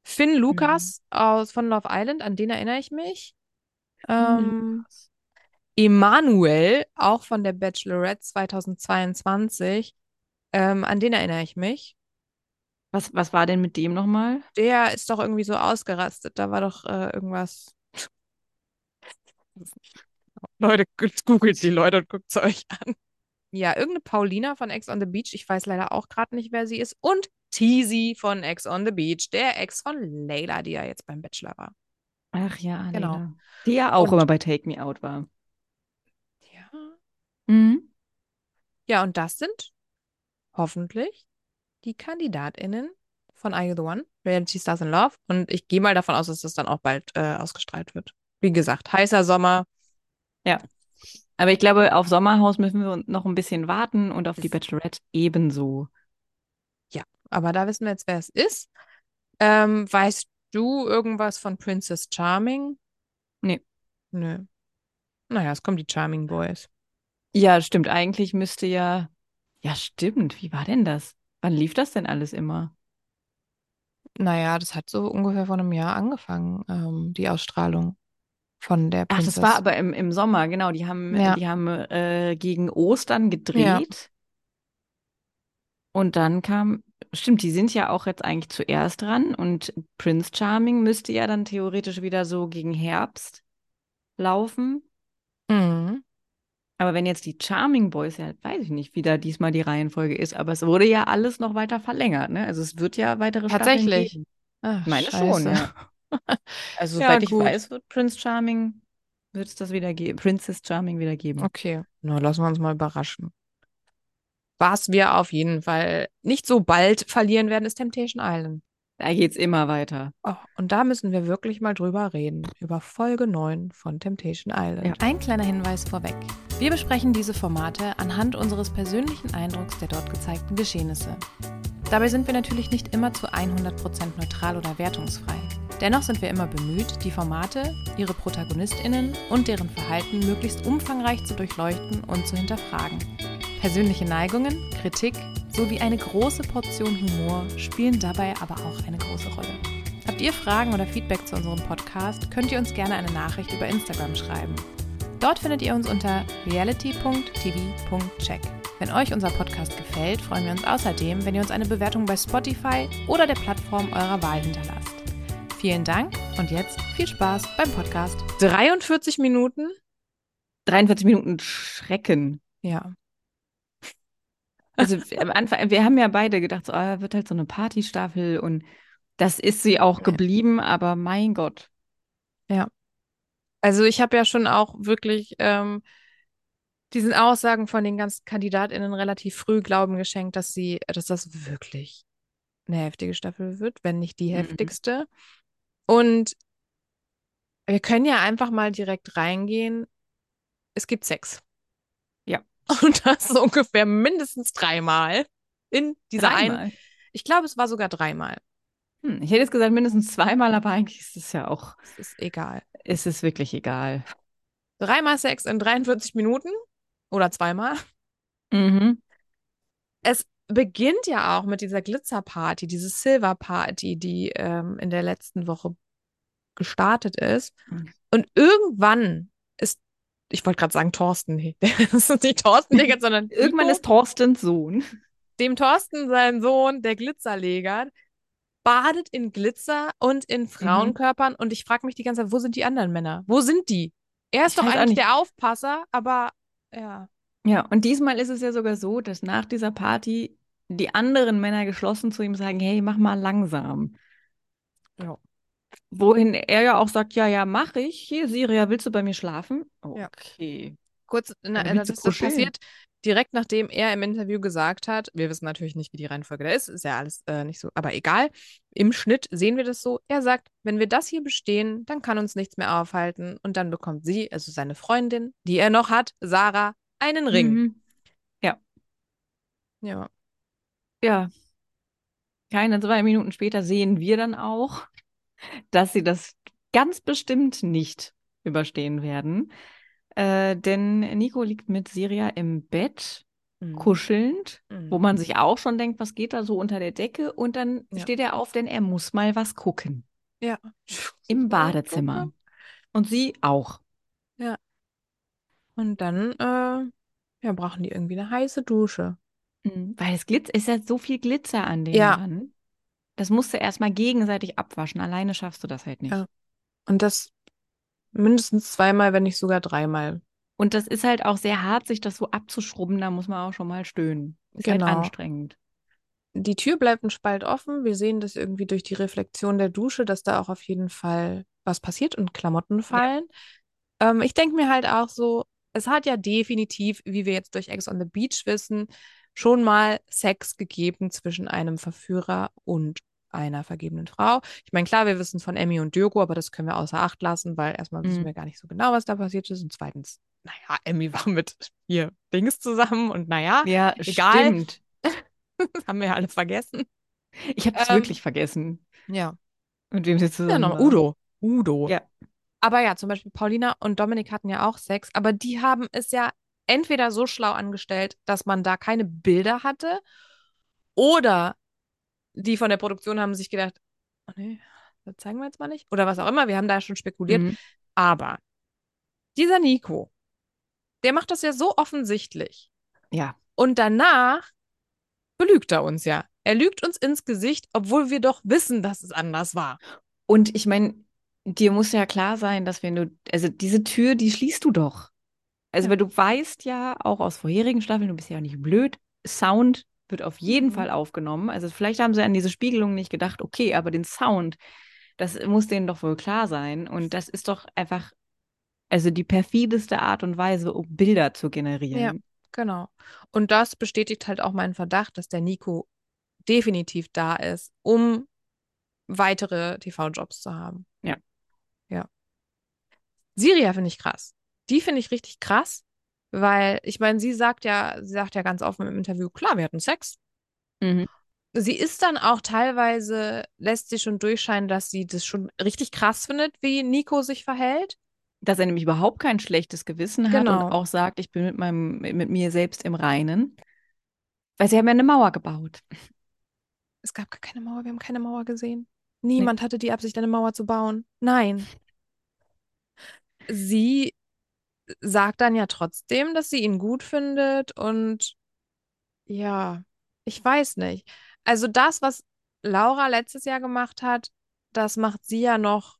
[SPEAKER 1] Finn Lukas aus, von Love Island, an den erinnere ich mich.
[SPEAKER 2] Mhm.
[SPEAKER 1] Ähm, Emanuel, auch von der Bachelorette 2022, ähm, an den erinnere ich mich.
[SPEAKER 2] Was, was war denn mit dem nochmal?
[SPEAKER 1] Der ist doch irgendwie so ausgerastet. Da war doch äh, irgendwas. *laughs* Leute, googelt die Leute und guckt es euch an. Ja, irgendeine Paulina von Ex on the Beach. Ich weiß leider auch gerade nicht, wer sie ist. Und Teasy von Ex on the Beach, der Ex von Layla, die ja jetzt beim Bachelor war.
[SPEAKER 2] Ach ja,
[SPEAKER 1] Genau.
[SPEAKER 2] Lena. Die ja auch
[SPEAKER 1] Und-
[SPEAKER 2] immer bei Take Me Out war.
[SPEAKER 1] Ja.
[SPEAKER 2] Mhm.
[SPEAKER 1] Ja, und das sind hoffentlich die KandidatInnen von Are You the One, Reality Stars in Love. Und ich gehe mal davon aus, dass das dann auch bald äh, ausgestrahlt wird. Wie gesagt, heißer Sommer.
[SPEAKER 2] Aber ich glaube, auf Sommerhaus müssen wir noch ein bisschen warten und auf die Bachelorette ebenso.
[SPEAKER 1] Aber da wissen wir jetzt, wer es ist. Ähm, weißt du irgendwas von Princess Charming?
[SPEAKER 2] Nee.
[SPEAKER 1] Nö. Naja, es kommen die Charming Boys.
[SPEAKER 2] Ja, stimmt. Eigentlich müsste ja. Ja, stimmt. Wie war denn das? Wann lief das denn alles immer?
[SPEAKER 1] Naja, das hat so ungefähr vor einem Jahr angefangen, ähm, die Ausstrahlung von der
[SPEAKER 2] Ach,
[SPEAKER 1] Princess.
[SPEAKER 2] das war aber im, im Sommer, genau. Die haben,
[SPEAKER 1] Ja.
[SPEAKER 2] die haben äh, gegen Ostern gedreht. Und dann kam, stimmt, die sind ja auch jetzt eigentlich zuerst dran. Und Prince Charming müsste ja dann theoretisch wieder so gegen Herbst laufen.
[SPEAKER 1] Mhm.
[SPEAKER 2] Aber wenn jetzt die Charming Boys, ja, weiß ich nicht, wie da diesmal die Reihenfolge ist, aber es wurde ja alles noch weiter verlängert, ne? Also es wird ja weitere Staffeln
[SPEAKER 1] Tatsächlich?
[SPEAKER 2] geben.
[SPEAKER 1] Ach,
[SPEAKER 2] Ich meine schon,
[SPEAKER 1] scheiße.
[SPEAKER 2] ja. *laughs* Also
[SPEAKER 1] Ja,
[SPEAKER 2] soweit ich
[SPEAKER 1] gut.
[SPEAKER 2] weiß, wird Prince Charming, wird es das wieder geben, Princess Charming wieder geben.
[SPEAKER 1] Okay, na, lassen wir uns mal überraschen. Was wir auf jeden Fall nicht so bald verlieren werden, ist Temptation Island.
[SPEAKER 2] Da geht's immer weiter.
[SPEAKER 1] Oh, und da müssen wir wirklich mal drüber reden, über Folge 9 von Temptation Island.
[SPEAKER 2] Ja.
[SPEAKER 3] Ein kleiner Hinweis vorweg. Wir besprechen diese Formate anhand unseres persönlichen Eindrucks der dort gezeigten Geschehnisse. Dabei sind wir natürlich nicht immer zu 100% neutral oder wertungsfrei. Dennoch sind wir immer bemüht, die Formate, ihre Protagonistinnen und deren Verhalten möglichst umfangreich zu durchleuchten und zu hinterfragen. Persönliche Neigungen, Kritik sowie eine große Portion Humor spielen dabei aber auch eine große Rolle. Habt ihr Fragen oder Feedback zu unserem Podcast, könnt ihr uns gerne eine Nachricht über Instagram schreiben. Dort findet ihr uns unter reality.tv.check. Wenn euch unser Podcast gefällt, freuen wir uns außerdem, wenn ihr uns eine Bewertung bei Spotify oder der Plattform eurer Wahl hinterlasst. Vielen Dank und jetzt viel Spaß beim Podcast.
[SPEAKER 1] 43 Minuten?
[SPEAKER 2] 43 Minuten Schrecken.
[SPEAKER 1] Ja.
[SPEAKER 2] Also am Anfang, wir haben ja beide gedacht, so, ah, wird halt so eine Partystaffel und das ist sie auch
[SPEAKER 1] Ja.
[SPEAKER 2] geblieben, aber mein Gott.
[SPEAKER 1] Also ich habe ja schon auch wirklich ähm, diesen Aussagen von den ganzen KandidatInnen relativ früh Glauben geschenkt, dass sie, dass das wirklich eine heftige Staffel wird, wenn nicht die
[SPEAKER 2] Mhm.
[SPEAKER 1] heftigste. Und wir können ja einfach mal direkt reingehen. Es gibt Sex.
[SPEAKER 2] Ja.
[SPEAKER 1] *laughs* Und das so ungefähr mindestens dreimal in dieser einen.
[SPEAKER 2] Dreimal.
[SPEAKER 1] Ich glaube, es war sogar dreimal.
[SPEAKER 2] Hm, ich hätte jetzt gesagt mindestens zweimal, aber eigentlich ist es ja auch,
[SPEAKER 1] Es ist egal.
[SPEAKER 2] ist es wirklich egal.
[SPEAKER 1] Dreimal Sex in 43 Minuten oder zweimal.
[SPEAKER 2] Mhm.
[SPEAKER 1] es beginnt ja auch mit dieser Glitzerparty, diese Silverparty, die ähm, in der letzten Woche gestartet ist.
[SPEAKER 2] Mhm.
[SPEAKER 1] Und irgendwann ist, ich wollte gerade sagen Thorsten, *laughs* nee, das ist nicht Thorsten, Dickert, sondern
[SPEAKER 2] *laughs* Irgendwann
[SPEAKER 1] Nico,
[SPEAKER 2] ist Thorstens Sohn.
[SPEAKER 1] dem Thorsten sein Sohn, der Glitzerleger, badet in Glitzer und in
[SPEAKER 2] Mhm.
[SPEAKER 1] Frauenkörpern. Und ich frage mich die ganze Zeit, wo sind die anderen Männer? Wo sind die? Er ist
[SPEAKER 2] Ich
[SPEAKER 1] doch
[SPEAKER 2] weiß auch
[SPEAKER 1] eigentlich
[SPEAKER 2] nicht.
[SPEAKER 1] der Aufpasser, aber ja.
[SPEAKER 2] Ja, und diesmal ist es ja sogar so, dass nach dieser Party die anderen Männer geschlossen zu ihm sagen, hey, mach mal langsam.
[SPEAKER 1] Ja.
[SPEAKER 2] Wohin er ja auch sagt, ja, ja, mach ich. Hier, Siria, willst du bei mir schlafen?
[SPEAKER 1] Ja.
[SPEAKER 2] Okay.
[SPEAKER 1] Kurz, na,
[SPEAKER 2] Dann willst
[SPEAKER 1] das
[SPEAKER 2] du
[SPEAKER 1] ist so
[SPEAKER 2] kuscheln.
[SPEAKER 1] passiert, direkt nachdem er im Interview gesagt hat, wir wissen natürlich nicht, wie die Reihenfolge da ist, ist ja alles äh, nicht so, aber egal, im Schnitt sehen wir das so. Er sagt, wenn wir das hier bestehen, dann kann uns nichts mehr aufhalten und dann bekommt sie, also seine Freundin, die er noch hat, Sarah, einen Ring.
[SPEAKER 2] Mhm.
[SPEAKER 1] Ja.
[SPEAKER 2] Ja. Keine zwei Minuten später sehen wir dann auch, dass sie das ganz bestimmt nicht überstehen werden. Äh, denn Nico liegt mit Siria im Bett, kuschelnd.
[SPEAKER 1] Mhm.
[SPEAKER 2] wo man sich auch schon denkt, was geht da so unter der Decke? Und dann
[SPEAKER 1] Ja.
[SPEAKER 2] steht er auf, denn er muss mal was gucken.
[SPEAKER 1] Ja.
[SPEAKER 2] Im Badezimmer. Und sie auch.
[SPEAKER 1] Und dann äh, ja, brauchen die irgendwie eine heiße Dusche.
[SPEAKER 2] Weil es glitz ist ja so viel Glitzer an denen
[SPEAKER 1] Mhm. Ja.
[SPEAKER 2] dran. Das musst du erstmal gegenseitig abwaschen. Alleine schaffst du das halt nicht.
[SPEAKER 1] Ja. Und das mindestens zweimal, wenn nicht sogar dreimal.
[SPEAKER 2] Und das ist halt auch sehr hart, sich das so abzuschrubben. Da muss man auch schon mal stöhnen. Ist halt
[SPEAKER 1] Genau.
[SPEAKER 2] anstrengend.
[SPEAKER 1] Die Tür bleibt ein Spalt offen. Wir sehen das irgendwie durch die Reflexion der Dusche, dass da auch auf jeden Fall was passiert und Klamotten fallen. Ähm, ich denke mir halt auch so, es hat ja definitiv, wie wir jetzt durch Ex on the Beach wissen, schon mal Sex gegeben zwischen einem Verführer und einer vergebenen Frau. Ich meine, klar, wir wissen von Emmy und Diogo, aber das können wir außer Acht lassen, weil erstmal wissen
[SPEAKER 2] Mhm.
[SPEAKER 1] wir gar nicht so genau, was da passiert ist. Und zweitens, naja, Emmy war mit hier Dings zusammen und naja,
[SPEAKER 2] Ja,
[SPEAKER 1] egal.
[SPEAKER 2] stimmt.
[SPEAKER 1] das haben wir ja alle vergessen.
[SPEAKER 2] Ich habe das
[SPEAKER 1] Ähm,
[SPEAKER 2] wirklich vergessen,
[SPEAKER 1] Ja.
[SPEAKER 2] mit wem sie
[SPEAKER 1] Ja,
[SPEAKER 2] zusammen
[SPEAKER 1] noch
[SPEAKER 2] war.
[SPEAKER 1] Udo. Udo.
[SPEAKER 2] Ja.
[SPEAKER 1] Aber ja, zum Beispiel Paulina und Dominik hatten ja auch Sex, aber die haben es ja entweder so schlau angestellt, dass man da keine Bilder hatte, oder die von der Produktion haben sich gedacht, oh nee, das zeigen wir jetzt mal nicht. Oder was auch immer, wir haben da schon spekuliert.
[SPEAKER 2] Mhm.
[SPEAKER 1] Aber dieser Nico, der macht das ja so offensichtlich.
[SPEAKER 2] Ja.
[SPEAKER 1] Und danach belügt er uns ja. Er lügt uns ins Gesicht, obwohl wir doch wissen, dass es anders war.
[SPEAKER 2] Und ich meine, dir muss ja klar sein, dass wenn du, also diese Tür, die schließt du doch. Also,
[SPEAKER 1] Ja.
[SPEAKER 2] weil du weißt ja auch aus vorherigen Staffeln, du bist ja auch nicht blöd, Sound wird auf jeden
[SPEAKER 1] Mhm.
[SPEAKER 2] Fall aufgenommen. Also vielleicht haben sie an diese Spiegelung nicht gedacht, okay, aber den Sound, das muss denen doch wohl klar sein. Und das ist doch einfach, also die perfideste Art und Weise, um Bilder zu generieren.
[SPEAKER 1] Genau. Und das bestätigt halt auch meinen Verdacht, dass der Nico definitiv da ist, um weitere TV-Jobs zu haben.
[SPEAKER 2] Ja.
[SPEAKER 1] Ja. Siria finde ich krass. Die finde ich richtig krass, weil ich meine, sie sagt ja, sie sagt ja ganz offen im Interview, klar, wir hatten Sex.
[SPEAKER 2] Mhm.
[SPEAKER 1] Sie ist dann auch teilweise, lässt sie schon durchscheinen, dass sie das schon richtig krass findet, wie Nico sich verhält.
[SPEAKER 2] Dass er nämlich überhaupt kein schlechtes Gewissen hat
[SPEAKER 1] Genau.
[SPEAKER 2] und auch sagt, ich bin mit meinem, mit mir selbst im Reinen. Weil sie haben ja eine Mauer gebaut.
[SPEAKER 1] Es gab gar keine Mauer, wir haben keine Mauer gesehen. Niemand hatte die Absicht, eine Mauer zu bauen. Nein. Sie sagt dann ja trotzdem, dass sie ihn gut findet und ja, ich weiß nicht. Also das, was Laura letztes Jahr gemacht hat, das macht sie ja noch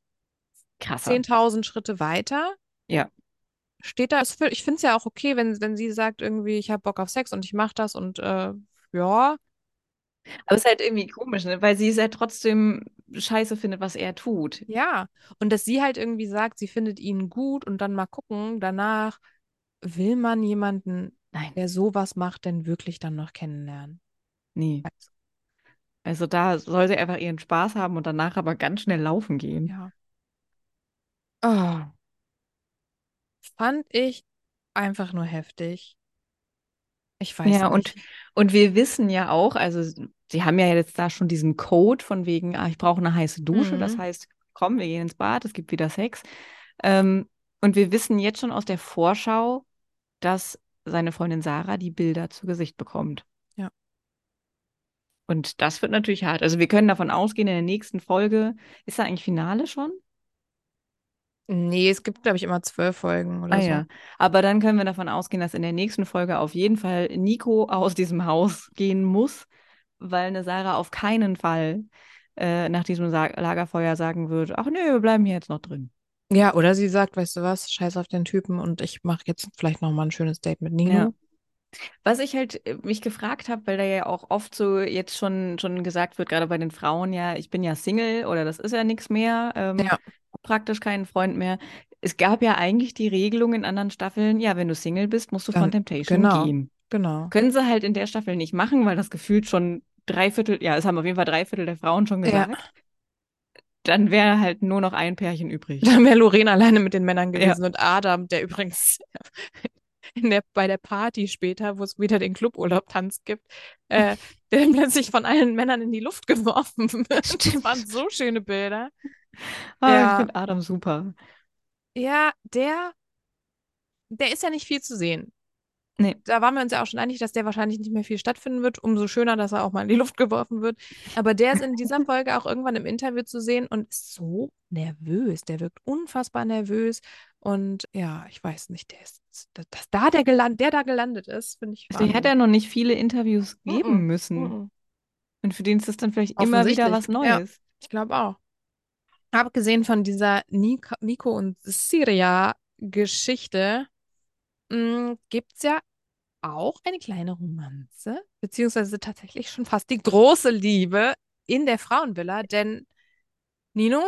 [SPEAKER 2] Krasser.
[SPEAKER 1] 10.000 Schritte weiter.
[SPEAKER 2] Ja.
[SPEAKER 1] Steht da, es fi- ich finde es ja auch okay, wenn, wenn sie sagt irgendwie, ich habe Bock auf Sex und ich mache das und äh, ja,
[SPEAKER 2] Aber es ist halt irgendwie komisch, ne? weil sie es ja trotzdem scheiße findet, was er tut.
[SPEAKER 1] Ja, und dass sie halt irgendwie sagt, sie findet ihn gut und dann mal gucken, danach will man jemanden,
[SPEAKER 2] Nein.
[SPEAKER 1] der sowas macht, denn wirklich dann noch kennenlernen.
[SPEAKER 2] Nee. Also da soll sie einfach ihren Spaß haben und danach aber ganz schnell laufen gehen.
[SPEAKER 1] Ja. Ah. Fand ich einfach nur heftig. Ich weiß
[SPEAKER 2] Ja, und-
[SPEAKER 1] nicht.
[SPEAKER 2] Und wir wissen ja auch, also sie haben ja jetzt da schon diesen Code von wegen, ah, ich brauche eine heiße Dusche. Das
[SPEAKER 1] Mhm.
[SPEAKER 2] heißt, komm, wir gehen ins Bad, es gibt wieder Sex. Ähm, und wir wissen jetzt schon aus der Vorschau, dass seine Freundin Sarah die Bilder zu Gesicht bekommt.
[SPEAKER 1] Ja.
[SPEAKER 2] Und das wird natürlich hart. Also wir können davon ausgehen, in der nächsten Folge, ist da eigentlich Finale schon?
[SPEAKER 1] Nee, es gibt, glaube ich, immer zwölf Folgen oder
[SPEAKER 2] Ah
[SPEAKER 1] so.
[SPEAKER 2] ja. Aber dann können wir davon ausgehen, dass in der nächsten Folge auf jeden Fall Nico aus diesem Haus gehen muss, weil eine Sarah auf keinen Fall äh, nach diesem Sa Lagerfeuer sagen würde, ach nö, wir bleiben hier jetzt noch drin.
[SPEAKER 1] Ja, oder sie sagt, weißt du was, scheiß auf den Typen und ich mache jetzt vielleicht nochmal ein schönes Date mit Nino.
[SPEAKER 2] Ja. Was ich halt äh, mich gefragt habe, weil da ja auch oft so jetzt schon, schon gesagt wird, gerade bei den Frauen, ja, ich bin ja Single oder das ist ja nichts mehr, ähm,
[SPEAKER 1] Ja.
[SPEAKER 2] hab praktisch keinen Freund mehr. Es gab ja eigentlich die Regelung in anderen Staffeln, ja, wenn du Single bist, musst du von
[SPEAKER 1] Dann-
[SPEAKER 2] Temptation
[SPEAKER 1] genau.
[SPEAKER 2] gehen.
[SPEAKER 1] Genau.
[SPEAKER 2] Können sie halt in der Staffel nicht machen, weil das gefühlt schon drei Viertel, ja, es haben auf jeden Fall drei Viertel der Frauen schon
[SPEAKER 1] Ja.
[SPEAKER 2] gesagt. Dann wäre halt nur noch ein Pärchen übrig.
[SPEAKER 1] Dann wäre Lorena alleine mit den Männern gewesen und Adam, der übrigens *laughs* in der, bei der Party später, wo es wieder den Cluburlaub-Tanz gibt, äh, der dann plötzlich von allen Männern in die Luft *laughs* geworfen wird. Das waren so schöne Bilder.
[SPEAKER 2] Ah,
[SPEAKER 1] Ja.
[SPEAKER 2] Ich finde Adam super.
[SPEAKER 1] Ja, der, der ist ja nicht viel zu sehen.
[SPEAKER 2] Nee.
[SPEAKER 1] Da waren wir uns ja auch schon einig, dass der wahrscheinlich nicht mehr viel stattfinden wird. Umso schöner, dass er auch mal in die Luft geworfen wird. Aber der ist in
[SPEAKER 2] *laughs*
[SPEAKER 1] dieser Folge auch irgendwann im Interview zu sehen und ist so nervös. Der wirkt unfassbar nervös. Und ja, ich weiß nicht, der ist, dass da der gelandet, der da gelandet ist, finde ich
[SPEAKER 2] Der Also, hat ja noch nicht viele Interviews geben
[SPEAKER 1] Mm-mm,
[SPEAKER 2] müssen.
[SPEAKER 1] Wahnsinn. Mhm.
[SPEAKER 2] Und für den ist das dann vielleicht immer wieder
[SPEAKER 1] Offensichtlich.
[SPEAKER 2] was
[SPEAKER 1] Ja.
[SPEAKER 2] Neues.
[SPEAKER 1] Ich glaube auch. Abgesehen von dieser Nico, Nico und Syria-Geschichte gibt es hm, ja auch eine kleine Romanze, beziehungsweise tatsächlich schon fast die große Liebe in der Frauenvilla, denn Nino,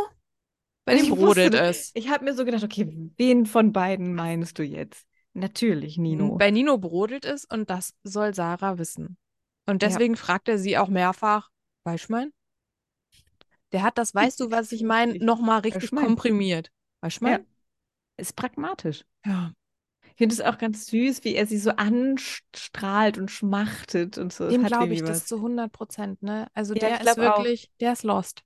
[SPEAKER 1] bei
[SPEAKER 2] Ich
[SPEAKER 1] dem brodelt
[SPEAKER 2] wusste-
[SPEAKER 1] es.
[SPEAKER 2] Ich habe mir so gedacht, okay, wen von beiden meinst du jetzt? Natürlich, Nino.
[SPEAKER 1] Bei Nino brodelt es und das soll Sarah wissen. Und
[SPEAKER 2] Ja.
[SPEAKER 1] deswegen fragt er sie auch mehrfach, weißt du mein? Der hat das, weißt du, was ich
[SPEAKER 2] *laughs*
[SPEAKER 1] meine,
[SPEAKER 2] Richtig.
[SPEAKER 1] nochmal richtig
[SPEAKER 2] mein?
[SPEAKER 1] komprimiert. Weißt du
[SPEAKER 2] Ja.
[SPEAKER 1] mein?
[SPEAKER 2] Ist pragmatisch.
[SPEAKER 1] ja.
[SPEAKER 2] Ich finde es auch ganz süß, wie er sie so anstrahlt und schmachtet und so. Es
[SPEAKER 1] Dem
[SPEAKER 2] hat
[SPEAKER 1] glaube
[SPEAKER 2] irgendwie
[SPEAKER 1] ich das
[SPEAKER 2] was.
[SPEAKER 1] zu 100 Prozent, ne? Also
[SPEAKER 2] Ja, ich
[SPEAKER 1] der ist
[SPEAKER 2] glaub auch.
[SPEAKER 1] wirklich, der ist lost.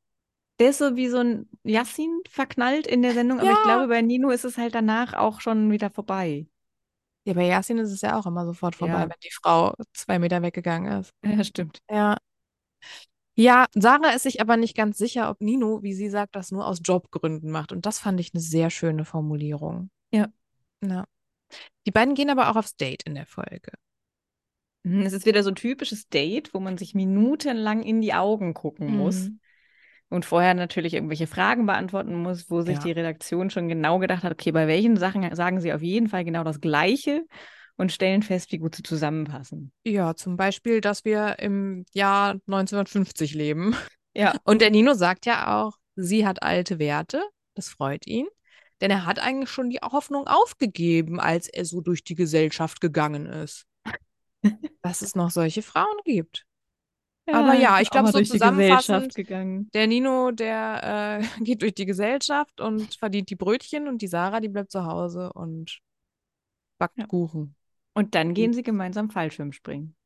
[SPEAKER 2] Der ist so wie so ein Yassin verknallt in der Sendung, aber
[SPEAKER 1] Ja.
[SPEAKER 2] ich glaube, bei Nino ist es halt danach auch schon wieder vorbei.
[SPEAKER 1] Ja, bei Yasin ist es ja auch immer sofort vorbei,
[SPEAKER 2] Ja.
[SPEAKER 1] wenn die Frau zwei Meter weggegangen ist.
[SPEAKER 2] Ja, stimmt.
[SPEAKER 1] Ja. Ja, Sarah ist sich aber nicht ganz sicher, ob Nino, wie sie sagt, das nur aus Jobgründen macht. Und das fand ich eine sehr schöne Formulierung.
[SPEAKER 2] Ja.
[SPEAKER 1] Ja. Die beiden gehen aber auch aufs Date in der Folge.
[SPEAKER 2] Mhm, Es ist wieder so ein typisches Date, wo man sich minutenlang in die Augen gucken muss
[SPEAKER 1] Mhm.
[SPEAKER 2] und vorher natürlich irgendwelche Fragen beantworten muss, wo sich
[SPEAKER 1] Ja.
[SPEAKER 2] die Redaktion schon genau gedacht hat, okay, bei welchen Sachen sagen sie auf jeden Fall genau das Gleiche und stellen fest, wie gut sie zusammenpassen.
[SPEAKER 1] Ja, zum Beispiel, dass wir im Jahr 1950 leben.
[SPEAKER 2] Ja.
[SPEAKER 1] Und der Nino sagt ja auch, sie hat alte Werte. Das freut ihn. Denn er hat eigentlich schon die Hoffnung aufgegeben, als er so durch die Gesellschaft gegangen ist.
[SPEAKER 2] *laughs*
[SPEAKER 1] dass es noch solche Frauen gibt. Aber ja, ich
[SPEAKER 2] auch
[SPEAKER 1] glaub,
[SPEAKER 2] mal
[SPEAKER 1] so
[SPEAKER 2] durch die
[SPEAKER 1] zusammenfassend-
[SPEAKER 2] Gesellschaft gegangen.
[SPEAKER 1] Der Nino, der äh, *laughs* geht durch die Gesellschaft und verdient die Brötchen und die Sarah, die bleibt zu Hause und backt
[SPEAKER 2] Ja.
[SPEAKER 1] Kuchen.
[SPEAKER 2] Und dann gehen sie gemeinsam Fallschirm springen.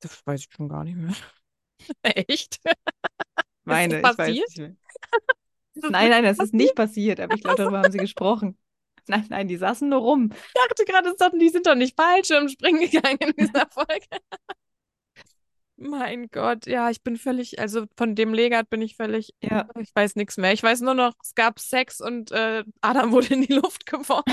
[SPEAKER 1] Das weiß ich schon gar nicht mehr. *laughs* Echt?
[SPEAKER 2] Meine, ich weiß
[SPEAKER 1] passiert?
[SPEAKER 2] nicht mehr. Nein, nein, das ist nicht passiert, aber ich glaube, darüber *laughs* haben sie gesprochen. Nein, nein, die saßen nur rum.
[SPEAKER 1] Ich dachte gerade, es hatten- die sind doch nicht Fallschirmspringen gegangen in dieser Folge. mein Gott, ja, ich bin völlig, also von dem Legat bin ich völlig,
[SPEAKER 2] Ja.
[SPEAKER 1] ich weiß nichts mehr. Ich weiß nur noch, es gab Sex und äh, Adam wurde in die Luft geworfen.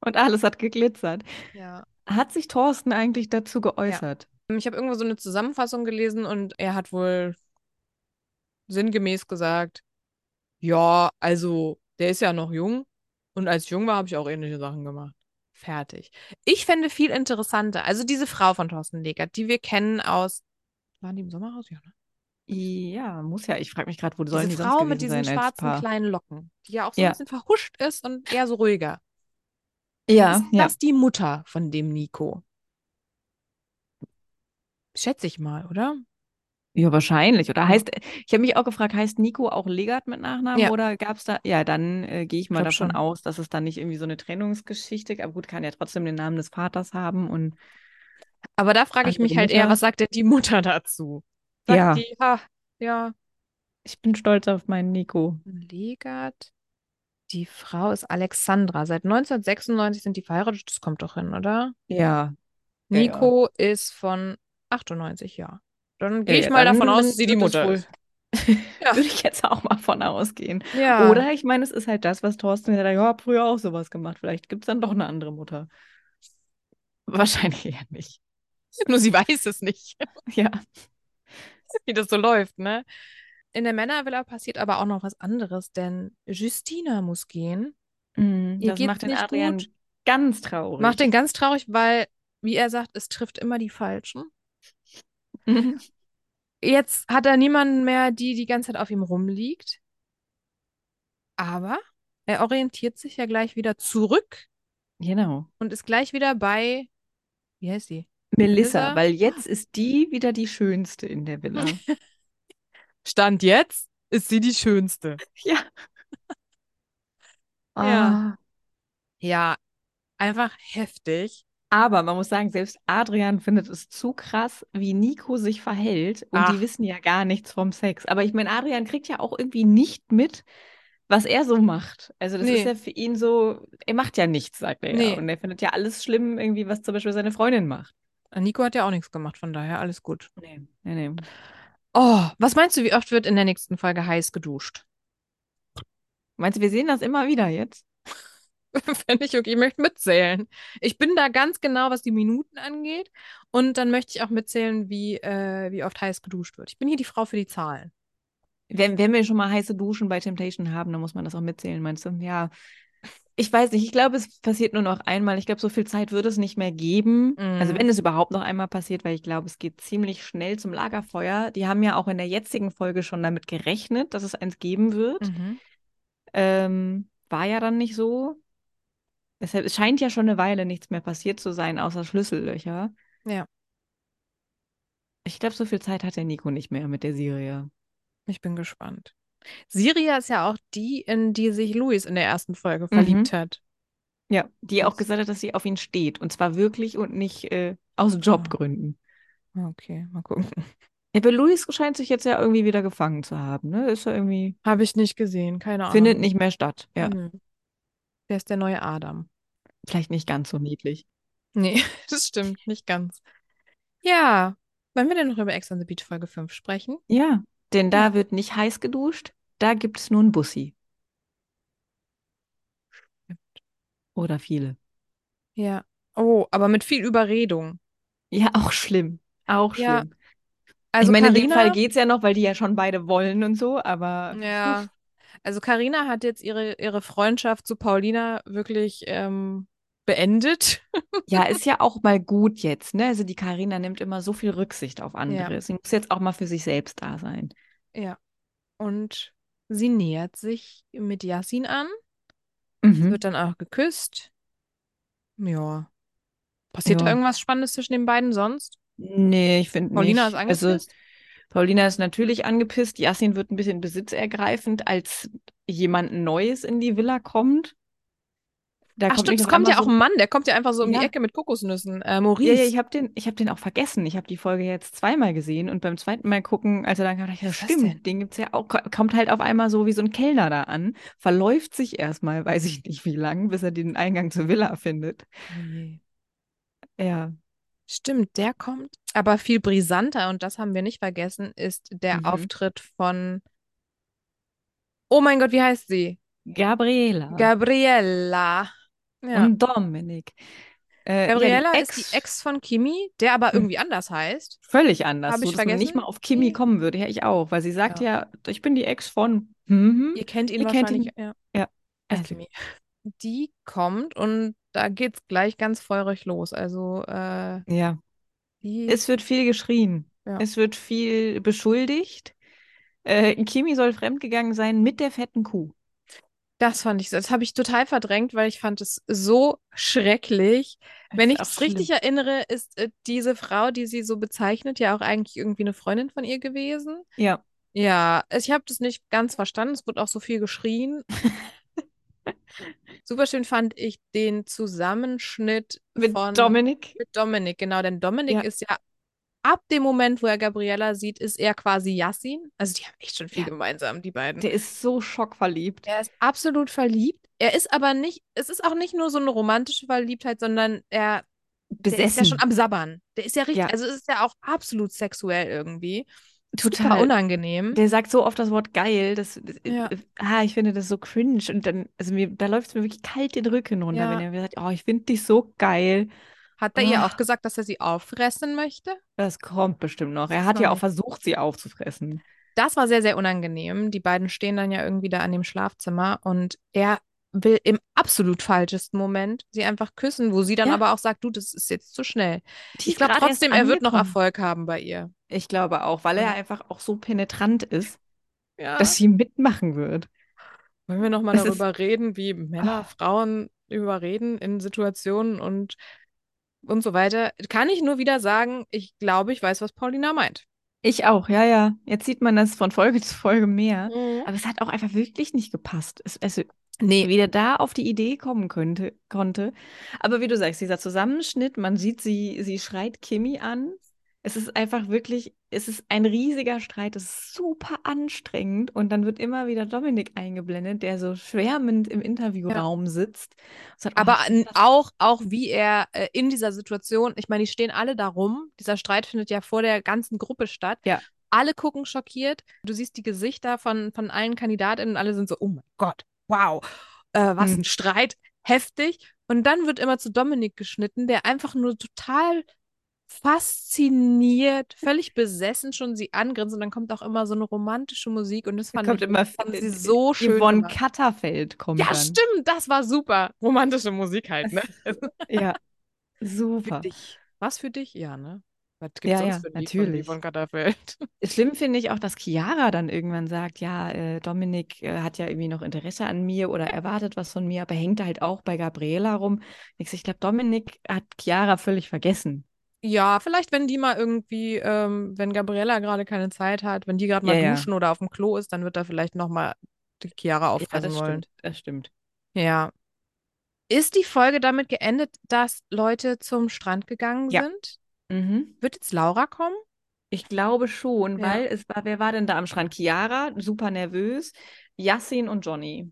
[SPEAKER 2] Und alles hat geglitzert.
[SPEAKER 1] Ja.
[SPEAKER 2] Hat sich Thorsten eigentlich dazu geäußert?
[SPEAKER 1] Ich habe irgendwo so eine Zusammenfassung gelesen und er hat wohl sinngemäß gesagt, ja, also der ist ja noch jung und als ich jung war, habe ich auch ähnliche Sachen gemacht. Fertig. Ich fände viel interessanter, also diese Frau von Thorsten Legert, die wir kennen aus, waren die im Sommerhaus? Ja, ne?
[SPEAKER 2] Ja, muss ja. Ich frage mich gerade, wo
[SPEAKER 1] Diese
[SPEAKER 2] sollen die
[SPEAKER 1] Frau
[SPEAKER 2] sonst
[SPEAKER 1] mit
[SPEAKER 2] gewesen
[SPEAKER 1] diesen
[SPEAKER 2] sein als
[SPEAKER 1] schwarzen
[SPEAKER 2] Paar?
[SPEAKER 1] kleinen Locken, die ja auch so ein
[SPEAKER 2] Ja.
[SPEAKER 1] bisschen verhuscht ist und eher so ruhiger.
[SPEAKER 2] Ja,
[SPEAKER 1] Ist
[SPEAKER 2] ja.
[SPEAKER 1] das die Mutter von dem Nico? Schätze ich mal, oder?
[SPEAKER 2] Ja, wahrscheinlich. Oder heißt, ich habe mich auch gefragt, heißt Nico auch Legat mit Nachnamen
[SPEAKER 1] Ja.
[SPEAKER 2] oder gab es da, ja, dann äh, gehe ich mal
[SPEAKER 1] glaub
[SPEAKER 2] davon
[SPEAKER 1] schon.
[SPEAKER 2] aus, dass es dann nicht irgendwie so eine Trennungsgeschichte gab. Aber gut, kann ja trotzdem den Namen des Vaters haben und
[SPEAKER 1] Aber da frage ich
[SPEAKER 2] Also
[SPEAKER 1] mich halt eher,
[SPEAKER 2] Mutter-
[SPEAKER 1] was sagt denn die Mutter dazu? Sagt
[SPEAKER 2] Ja.
[SPEAKER 1] die, ha, ja,
[SPEAKER 2] ich bin stolz auf meinen Nico.
[SPEAKER 1] ein Legat. Die Frau ist Alexandra. Seit 1996 sind die verheiratet. Das kommt doch hin, oder?
[SPEAKER 2] Ja. Ja, ja.
[SPEAKER 1] Nico ist von 98, ja. Dann gehe
[SPEAKER 2] ja,
[SPEAKER 1] ich
[SPEAKER 2] ja,
[SPEAKER 1] mal
[SPEAKER 2] dann-
[SPEAKER 1] davon
[SPEAKER 2] dann
[SPEAKER 1] aus, dass sie die
[SPEAKER 2] wird es
[SPEAKER 1] Mutter
[SPEAKER 2] wohl- *laughs*
[SPEAKER 1] ist.
[SPEAKER 2] Würde ich jetzt auch mal von ausgehen.
[SPEAKER 1] Ja.
[SPEAKER 2] Oder ich meine, es ist halt das, was Thorsten ja, ja hab früher auch sowas gemacht. Vielleicht gibt es dann doch eine andere Mutter. Wahrscheinlich *laughs* eher nicht.
[SPEAKER 1] *laughs* Nur sie weiß es nicht, *laughs*
[SPEAKER 2] Ja.
[SPEAKER 1] wie das so läuft, ne? In der Männervilla passiert aber auch noch was anderes, denn Justina muss gehen. Ihr
[SPEAKER 2] Mm, das
[SPEAKER 1] geht's
[SPEAKER 2] macht den
[SPEAKER 1] nicht
[SPEAKER 2] Adrian
[SPEAKER 1] gut.
[SPEAKER 2] ganz traurig.
[SPEAKER 1] Macht
[SPEAKER 2] *laughs*
[SPEAKER 1] den ganz traurig, weil, wie er sagt, es trifft immer die Falschen.
[SPEAKER 2] Mhm.
[SPEAKER 1] Jetzt hat er niemanden mehr, die die ganze Zeit auf ihm rumliegt. Aber er orientiert sich ja gleich wieder zurück
[SPEAKER 2] Genau.
[SPEAKER 1] und ist gleich wieder bei, wie heißt sie?
[SPEAKER 2] Melissa,
[SPEAKER 1] Melissa?
[SPEAKER 2] weil jetzt ist die wieder die schönste in der
[SPEAKER 1] *laughs*
[SPEAKER 2] Villa.
[SPEAKER 1] Stand jetzt ist sie die Schönste.
[SPEAKER 2] ja. Ah.
[SPEAKER 1] Ja. Ja, einfach heftig.
[SPEAKER 2] Aber man muss sagen, selbst Adrian findet es zu krass, wie Nico sich verhält. Und
[SPEAKER 1] Ach.
[SPEAKER 2] die wissen ja gar nichts vom Sex. Aber ich meine, Adrian kriegt ja auch irgendwie nicht mit, was er so macht. Also das
[SPEAKER 1] Nee.
[SPEAKER 2] ist ja für ihn so, er macht ja nichts, sagt er
[SPEAKER 1] Nee.
[SPEAKER 2] ja. Und er findet ja alles schlimm, irgendwie, was zum Beispiel seine Freundin macht.
[SPEAKER 1] Nico hat ja auch nichts gemacht, von daher alles gut.
[SPEAKER 2] Nee, nee, nee.
[SPEAKER 1] Oh, was meinst du, wie oft wird in der nächsten Folge heiß geduscht?
[SPEAKER 2] Meinst du, wir sehen das immer wieder jetzt?
[SPEAKER 1] *laughs* Fände ich okay, ich möchte mitzählen. Ich bin da ganz genau, was die Minuten angeht. Und dann möchte ich auch mitzählen, wie, äh, wie oft heiß geduscht wird. Ich bin hier die Frau für die Zahlen.
[SPEAKER 2] Wenn, wenn wir schon mal heiße Duschen bei Temptation haben, dann muss man das auch mitzählen, meinst du? Ja. Ich weiß nicht, ich glaube, es passiert nur noch einmal. Ich glaube, so viel Zeit wird es nicht mehr geben. Also
[SPEAKER 1] Mhm.
[SPEAKER 2] wenn es überhaupt noch einmal passiert, weil ich glaube, es geht ziemlich schnell zum Lagerfeuer. Die haben ja auch in der jetzigen Folge schon damit gerechnet, dass es eins geben wird.
[SPEAKER 1] Mhm.
[SPEAKER 2] Ähm, war ja dann nicht so. Deshalb, es scheint ja schon eine Weile nichts mehr passiert zu sein, außer Schlüssellöcher.
[SPEAKER 1] Ja.
[SPEAKER 2] Ich glaube, so viel Zeit hat der Nico nicht mehr mit der Serie.
[SPEAKER 1] Ich bin gespannt. Siria ist ja auch die, in die sich Luis in der ersten
[SPEAKER 2] Mhm.
[SPEAKER 1] Folge verliebt hat.
[SPEAKER 2] Ja, die auch
[SPEAKER 1] Das-
[SPEAKER 2] gesagt hat, dass sie auf ihn steht. Und zwar wirklich und nicht äh, aus Jobgründen.
[SPEAKER 1] Okay, mal gucken. *laughs*
[SPEAKER 2] Ja, aber Luis scheint sich jetzt ja irgendwie wieder gefangen zu haben, ne? Ist ja irgendwie,
[SPEAKER 1] Habe ich nicht gesehen, keine Ahnung.
[SPEAKER 2] findet nicht mehr statt. Ja,
[SPEAKER 1] Nö. Der ist der neue Adam.
[SPEAKER 2] vielleicht nicht ganz so niedlich.
[SPEAKER 1] Nee, *laughs* das stimmt, nicht ganz. Ja, wollen wir denn noch über Ex on the Beach Folge 5 sprechen?
[SPEAKER 2] Ja, denn da wird nicht heiß geduscht, da gibt es nur einen Bussi. Oder viele.
[SPEAKER 1] Ja. Oh, aber mit viel Überredung.
[SPEAKER 2] Ja, auch schlimm. Auch
[SPEAKER 1] Ja.
[SPEAKER 2] schlimm.
[SPEAKER 1] Also
[SPEAKER 2] ich meine, in dem
[SPEAKER 1] Carina-
[SPEAKER 2] Fall geht's ja noch, weil die ja schon beide wollen und so, aber
[SPEAKER 1] Ja. Also Karina hat jetzt ihre, ihre Freundschaft zu Paulina wirklich ähm, beendet.
[SPEAKER 2] Ja, ist ja auch mal gut jetzt, ne? Also die Karina nimmt immer so viel Rücksicht auf andere. Sie muss jetzt auch mal für sich selbst da sein.
[SPEAKER 1] Ja. Und sie nähert sich mit Yasin an,
[SPEAKER 2] Mhm.
[SPEAKER 1] wird dann auch geküsst. Ja. Passiert da
[SPEAKER 2] Ja.
[SPEAKER 1] irgendwas Spannendes zwischen den beiden sonst?
[SPEAKER 2] Nee, ich finde nicht.
[SPEAKER 1] Paulina ist
[SPEAKER 2] Also
[SPEAKER 1] angepisst.
[SPEAKER 2] Paulina ist natürlich angepisst. Yassin wird ein bisschen besitzergreifend, als jemand Neues in die Villa kommt. Da
[SPEAKER 1] Ach stimmt,
[SPEAKER 2] nicht
[SPEAKER 1] es
[SPEAKER 2] auf
[SPEAKER 1] kommt ja
[SPEAKER 2] einmal
[SPEAKER 1] auch ein Mann, der kommt ja einfach so um
[SPEAKER 2] Ja.
[SPEAKER 1] die Ecke mit Kokosnüssen. Äh,
[SPEAKER 2] so, ja,
[SPEAKER 1] Maurice.
[SPEAKER 2] ja, ich habe den, ich hab den auch vergessen. Ich habe die Folge jetzt zweimal gesehen und beim zweiten Mal gucken, als er dann kam, dachte ich, ja,
[SPEAKER 1] Was ist das denn?
[SPEAKER 2] stimmt, den gibt's ja auch, ko- kommt halt auf einmal so wie so ein Kellner da an, verläuft sich erstmal, weiß ich nicht wie lang, bis er den Eingang zur Villa findet.
[SPEAKER 1] Oh je.
[SPEAKER 2] Ja.
[SPEAKER 1] Stimmt, der kommt. Aber viel brisanter, und das haben wir nicht vergessen, ist der
[SPEAKER 2] Mhm.
[SPEAKER 1] Auftritt von. Oh mein Gott, wie heißt sie?
[SPEAKER 2] Gabriela
[SPEAKER 1] Gabriella. Ja.
[SPEAKER 2] und Dominik. Äh, ja, die
[SPEAKER 1] Gabriella
[SPEAKER 2] Ex
[SPEAKER 1] ist die Ex von Kimi, der aber
[SPEAKER 2] Mhm.
[SPEAKER 1] irgendwie anders heißt.
[SPEAKER 2] völlig anders,
[SPEAKER 1] Hab
[SPEAKER 2] so
[SPEAKER 1] ich
[SPEAKER 2] dass man nicht
[SPEAKER 1] vergessen?
[SPEAKER 2] mal auf Kimi kommen würde, ja ich auch, weil sie sagt ja, ich bin die Ex von mhm.
[SPEAKER 1] Ihr kennt ihn
[SPEAKER 2] Ihr kennt
[SPEAKER 1] wahrscheinlich. Ja.
[SPEAKER 2] Also,
[SPEAKER 1] Kimi. Die kommt und da geht's gleich ganz feurig los. Also, äh,
[SPEAKER 2] ja,
[SPEAKER 1] die.
[SPEAKER 2] es wird viel geschrien.
[SPEAKER 1] Mhm. Ja.
[SPEAKER 2] Es wird viel beschuldigt. Äh, Kimi soll fremdgegangen sein mit der fetten Kuh.
[SPEAKER 1] Das fand ich, das habe ich total verdrängt, weil ich fand es so schrecklich. Wenn ich
[SPEAKER 2] ist
[SPEAKER 1] es
[SPEAKER 2] auch
[SPEAKER 1] richtig
[SPEAKER 2] schlimm.
[SPEAKER 1] erinnere, ist äh, diese Frau, die sie so bezeichnet, ja auch eigentlich irgendwie eine Freundin von ihr gewesen.
[SPEAKER 2] Ja.
[SPEAKER 1] Ja, es- ich habe das nicht ganz verstanden. Es wurde auch so viel
[SPEAKER 2] *laughs*
[SPEAKER 1] geschrien. Superschön fand ich den Zusammenschnitt
[SPEAKER 2] Mit
[SPEAKER 1] von
[SPEAKER 2] Dominik.
[SPEAKER 1] mit Dominik, genau, denn Dominik
[SPEAKER 2] Ja.
[SPEAKER 1] ist ja ab dem Moment, wo er Gabriella sieht, ist er quasi Yassin. Also die haben echt schon viel
[SPEAKER 2] Ja.
[SPEAKER 1] gemeinsam, die beiden.
[SPEAKER 2] Der ist so schockverliebt.
[SPEAKER 1] Er ist absolut verliebt. Er ist aber nicht, es ist auch nicht nur so eine romantische Verliebtheit, sondern er der ist ja schon am Sabbern. Der ist ja richtig,
[SPEAKER 2] Ja.
[SPEAKER 1] also es ist ja auch absolut sexuell irgendwie. Super
[SPEAKER 2] total.
[SPEAKER 1] unangenehm.
[SPEAKER 2] Der sagt so oft das Wort geil, das, das
[SPEAKER 1] Ja.
[SPEAKER 2] ah, ich finde das so cringe und dann also mir da läuft es mir wirklich kalt den Rücken runter,
[SPEAKER 1] Ja.
[SPEAKER 2] wenn er mir sagt, oh, ich finde dich so geil.
[SPEAKER 1] Hat er ihr
[SPEAKER 2] Ah.
[SPEAKER 1] auch gesagt, dass er sie auffressen möchte?
[SPEAKER 2] Das kommt bestimmt noch. Er
[SPEAKER 1] Das
[SPEAKER 2] hat
[SPEAKER 1] war
[SPEAKER 2] ja auch
[SPEAKER 1] nicht-
[SPEAKER 2] versucht, sie aufzufressen.
[SPEAKER 1] Das war sehr, sehr unangenehm. Die beiden stehen dann ja irgendwie da an dem Schlafzimmer und er will im absolut falschesten Moment sie einfach küssen, wo sie dann
[SPEAKER 2] Ja.
[SPEAKER 1] aber auch sagt, du, das ist jetzt zu schnell.
[SPEAKER 2] Die
[SPEAKER 1] Ich
[SPEAKER 2] ist
[SPEAKER 1] glaube
[SPEAKER 2] gerade erst
[SPEAKER 1] trotzdem, er wird noch
[SPEAKER 2] angekommen.
[SPEAKER 1] Erfolg haben bei ihr.
[SPEAKER 2] Ich glaube auch, weil
[SPEAKER 1] Ja.
[SPEAKER 2] er einfach auch so penetrant ist,
[SPEAKER 1] Ja.
[SPEAKER 2] dass sie mitmachen wird.
[SPEAKER 1] Wollen wir nochmal
[SPEAKER 2] Das ist-
[SPEAKER 1] darüber reden, wie Männer
[SPEAKER 2] Ah.
[SPEAKER 1] Frauen überreden in Situationen und und so weiter? Kann ich nur wieder sagen, ich glaube, ich weiß, was Paulina meint.
[SPEAKER 2] Ich auch, ja, ja. Jetzt sieht man das von Folge *laughs* zu Folge mehr.
[SPEAKER 1] Also
[SPEAKER 2] Aber es hat auch einfach wirklich nicht gepasst. Es, also,
[SPEAKER 1] Nee,
[SPEAKER 2] wieder da auf die Idee kommen könnte, konnte. Aber wie du sagst, dieser Zusammenschnitt, man sieht sie, sie schreit Kimi an. Es ist einfach wirklich, es ist ein riesiger Streit, es ist super anstrengend. Und dann wird immer wieder Dominik eingeblendet, der so schwärmend im Interviewraum sitzt. Und sagt, oh,
[SPEAKER 1] aber
[SPEAKER 2] ich
[SPEAKER 1] n-
[SPEAKER 2] find das-
[SPEAKER 1] auch, auch wie er äh, in dieser Situation, ich meine, die stehen alle da rum. Dieser Streit findet ja vor der ganzen Gruppe statt.
[SPEAKER 2] Ja.
[SPEAKER 1] Alle gucken schockiert. Du siehst die Gesichter von, von allen KandidatInnen und alle sind so, oh mein Gott, wow, äh, was
[SPEAKER 2] Hm.
[SPEAKER 1] ein Streit, heftig. Und dann wird immer zu Dominik geschnitten, der einfach nur total fasziniert, völlig besessen schon sie angrinst und dann kommt auch immer so eine romantische Musik und das
[SPEAKER 2] Da
[SPEAKER 1] fand
[SPEAKER 2] kommt
[SPEAKER 1] ich,
[SPEAKER 2] immer äh,
[SPEAKER 1] fand sie so schön
[SPEAKER 2] Yvonne
[SPEAKER 1] gemacht.
[SPEAKER 2] Katterfeld kommt
[SPEAKER 1] Ja,
[SPEAKER 2] dann.
[SPEAKER 1] stimmt, das war super. Romantische Musik halt, ne?
[SPEAKER 2] Ja,
[SPEAKER 1] Für
[SPEAKER 2] super.
[SPEAKER 1] dich. Was für dich? Ja, ne? Was gibt's
[SPEAKER 2] Ja,
[SPEAKER 1] sonst
[SPEAKER 2] ja,
[SPEAKER 1] für ein Lied
[SPEAKER 2] natürlich.
[SPEAKER 1] von Yvonne *laughs* Katterfeld?
[SPEAKER 2] Schlimm finde ich auch, dass Chiara dann irgendwann sagt, ja, äh, Dominik äh, hat ja irgendwie noch Interesse an mir *laughs* oder erwartet was von mir, aber hängt halt auch bei Gabriela rum. Ich, ich glaube, Dominik hat Chiara völlig vergessen.
[SPEAKER 1] Ja, vielleicht, wenn die mal irgendwie, ähm, wenn Gabriella gerade keine Zeit hat, wenn die gerade mal
[SPEAKER 2] Ja, ja.
[SPEAKER 1] duschen oder auf dem Klo ist, dann wird da vielleicht nochmal die Chiara aufpassen wollen.
[SPEAKER 2] das stimmt.
[SPEAKER 1] Ja. Ist die Folge damit geendet, dass Leute zum Strand gegangen
[SPEAKER 2] Ja.
[SPEAKER 1] sind?
[SPEAKER 2] Mhm.
[SPEAKER 1] Wird jetzt Laura kommen?
[SPEAKER 2] Ich glaube schon,
[SPEAKER 1] Ja.
[SPEAKER 2] weil es war, wer war denn da am Strand? Chiara, super nervös, Yassin und Johnny.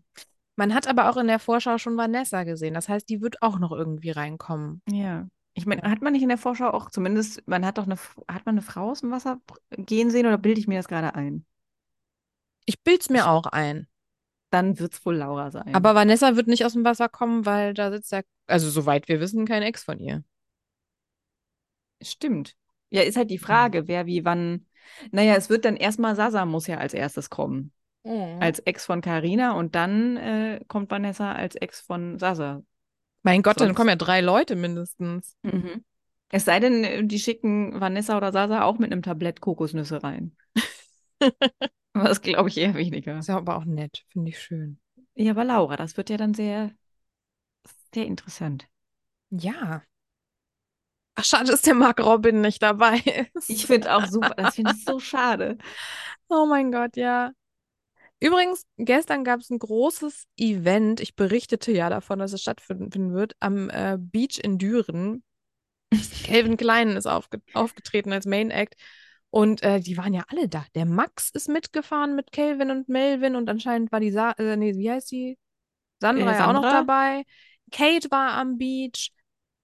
[SPEAKER 1] Man hat aber auch in der Vorschau schon Vanessa gesehen. Das heißt, die wird auch noch irgendwie reinkommen.
[SPEAKER 2] Ja. Ich meine, hat man nicht in der Vorschau auch zumindest, man hat doch eine, hat man eine Frau aus dem Wasser gehen sehen oder bilde ich mir das gerade ein?
[SPEAKER 1] Ich bild's mir auch ein.
[SPEAKER 2] Dann wird es wohl Laura sein.
[SPEAKER 1] Aber Vanessa wird nicht aus dem Wasser kommen, weil da sitzt ja, also soweit wir wissen, kein Ex von ihr.
[SPEAKER 2] Stimmt. Ja, ist halt die Frage, wer wie wann. Naja, es wird dann erstmal Sasa muss ja als erstes kommen. Als Ex von Karina und dann äh, kommt Vanessa als Ex von Sasa.
[SPEAKER 1] mein Gott, dann
[SPEAKER 2] sonst-
[SPEAKER 1] kommen ja drei Leute mindestens.
[SPEAKER 2] Mhm. Es sei denn, äh, die schicken Vanessa oder Sasa auch mit einem Tablett Kokosnüsse *laughs* rein. Aber das glaube ich eher weniger.
[SPEAKER 1] Ist ja aber auch nett, finde ich schön.
[SPEAKER 2] Ja, aber Laura, das wird ja dann sehr, sehr interessant.
[SPEAKER 1] Ja. Ach, schade, dass der Mark Robin nicht dabei ist.
[SPEAKER 2] Ich finde auch super, das finde ich *laughs* so schade.
[SPEAKER 1] Oh mein Gott, ja. Übrigens, gestern gab es ein großes Event. Ich berichtete ja davon, dass es stattfinden wird, am äh, Beach in Düren.
[SPEAKER 2] *laughs*
[SPEAKER 1] Calvin Klein ist aufge aufgetreten als Main Act. Und äh, die waren ja alle da. Der Max ist mitgefahren mit Calvin und Melvin und anscheinend war die Sa äh, nee, wie heißt die? Sandra
[SPEAKER 2] Äh,
[SPEAKER 1] ja auch noch
[SPEAKER 2] Sandra?
[SPEAKER 1] dabei. Kate war am Beach.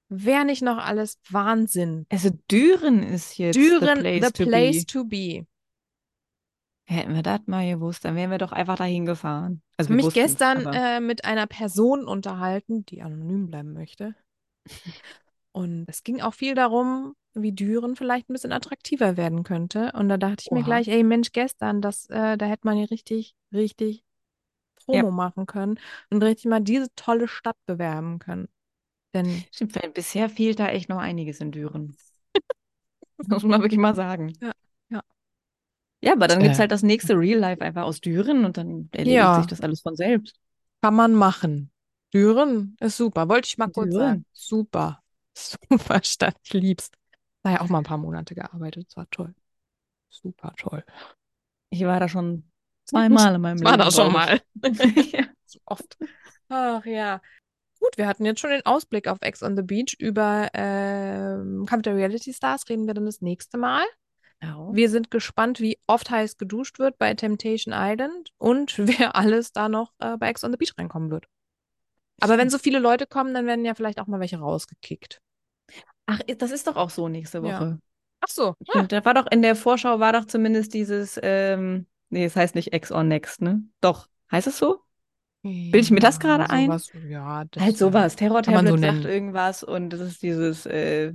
[SPEAKER 1] Wer nicht noch alles? Wahnsinn.
[SPEAKER 2] Also Düren ist jetzt the
[SPEAKER 1] Düren,
[SPEAKER 2] place
[SPEAKER 1] to
[SPEAKER 2] to be.
[SPEAKER 1] be.
[SPEAKER 2] Hätten wir das mal gewusst, dann wären wir doch einfach dahin gefahren. Also
[SPEAKER 1] habe
[SPEAKER 2] wir
[SPEAKER 1] mich
[SPEAKER 2] wussten's,
[SPEAKER 1] gestern
[SPEAKER 2] aber-
[SPEAKER 1] äh, mit einer Person unterhalten, die anonym bleiben
[SPEAKER 2] *laughs*
[SPEAKER 1] möchte. Und es ging auch viel darum, wie Düren vielleicht ein bisschen attraktiver werden könnte. Und da dachte ich mir
[SPEAKER 2] Oha.
[SPEAKER 1] gleich, ey Mensch, gestern, das, äh, da hätte man hier richtig, richtig Promo machen können und richtig mal diese tolle Stadt bewerben können.
[SPEAKER 2] *laughs*
[SPEAKER 1] Denn
[SPEAKER 2] Stimmt, weil bisher fehlt da echt noch einiges
[SPEAKER 1] *laughs*
[SPEAKER 2] in Düren. Muss man wirklich mal sagen.
[SPEAKER 1] Ja, ja.
[SPEAKER 2] Ja, aber dann gibt es
[SPEAKER 1] Äh.
[SPEAKER 2] halt das nächste Real Life einfach aus Düren und dann erledigt
[SPEAKER 1] Ja.
[SPEAKER 2] sich das alles von selbst.
[SPEAKER 1] kann man machen. Düren ist super. Wollte ich mal kurz
[SPEAKER 2] Düren.
[SPEAKER 1] sagen. Super. *laughs* Super Stadt. Ich lieb's. Da ja auch mal ein paar Monate gearbeitet. Es war toll. Super toll.
[SPEAKER 2] Ich war da schon zweimal in meinem
[SPEAKER 1] Ich
[SPEAKER 2] Leben. *laughs*
[SPEAKER 1] war da schon
[SPEAKER 2] glaub
[SPEAKER 1] mal.
[SPEAKER 2] ich. ja.
[SPEAKER 1] Oft. Ach ja. Gut, gut, wir hatten jetzt schon den Ausblick auf Ex on the Beach. Über ähm, Kampf der Reality Stars reden wir dann das nächste Mal.
[SPEAKER 2] Genau.
[SPEAKER 1] Wir sind gespannt, wie oft heiß geduscht wird bei Temptation Island und *laughs* wer alles da noch äh, bei Ex on the Beach reinkommen wird. Aber wenn so viele Leute kommen, dann werden ja vielleicht auch mal welche rausgekickt.
[SPEAKER 2] Ach, das ist doch auch so nächste
[SPEAKER 1] Ja. Ah.
[SPEAKER 2] Woche.
[SPEAKER 1] Ach so, ja.
[SPEAKER 2] Stimmt, da war doch in der Vorschau war doch zumindest dieses, ähm, nee, es heißt nicht Ex on Next, ne? Doch, heißt es so?
[SPEAKER 1] Bild
[SPEAKER 2] ich mir das gerade ein?
[SPEAKER 1] Sowas, ja, das,
[SPEAKER 2] halt sowas. Terror
[SPEAKER 1] kann man
[SPEAKER 2] Tablet
[SPEAKER 1] so
[SPEAKER 2] sagt
[SPEAKER 1] nennen.
[SPEAKER 2] irgendwas und das ist dieses, äh,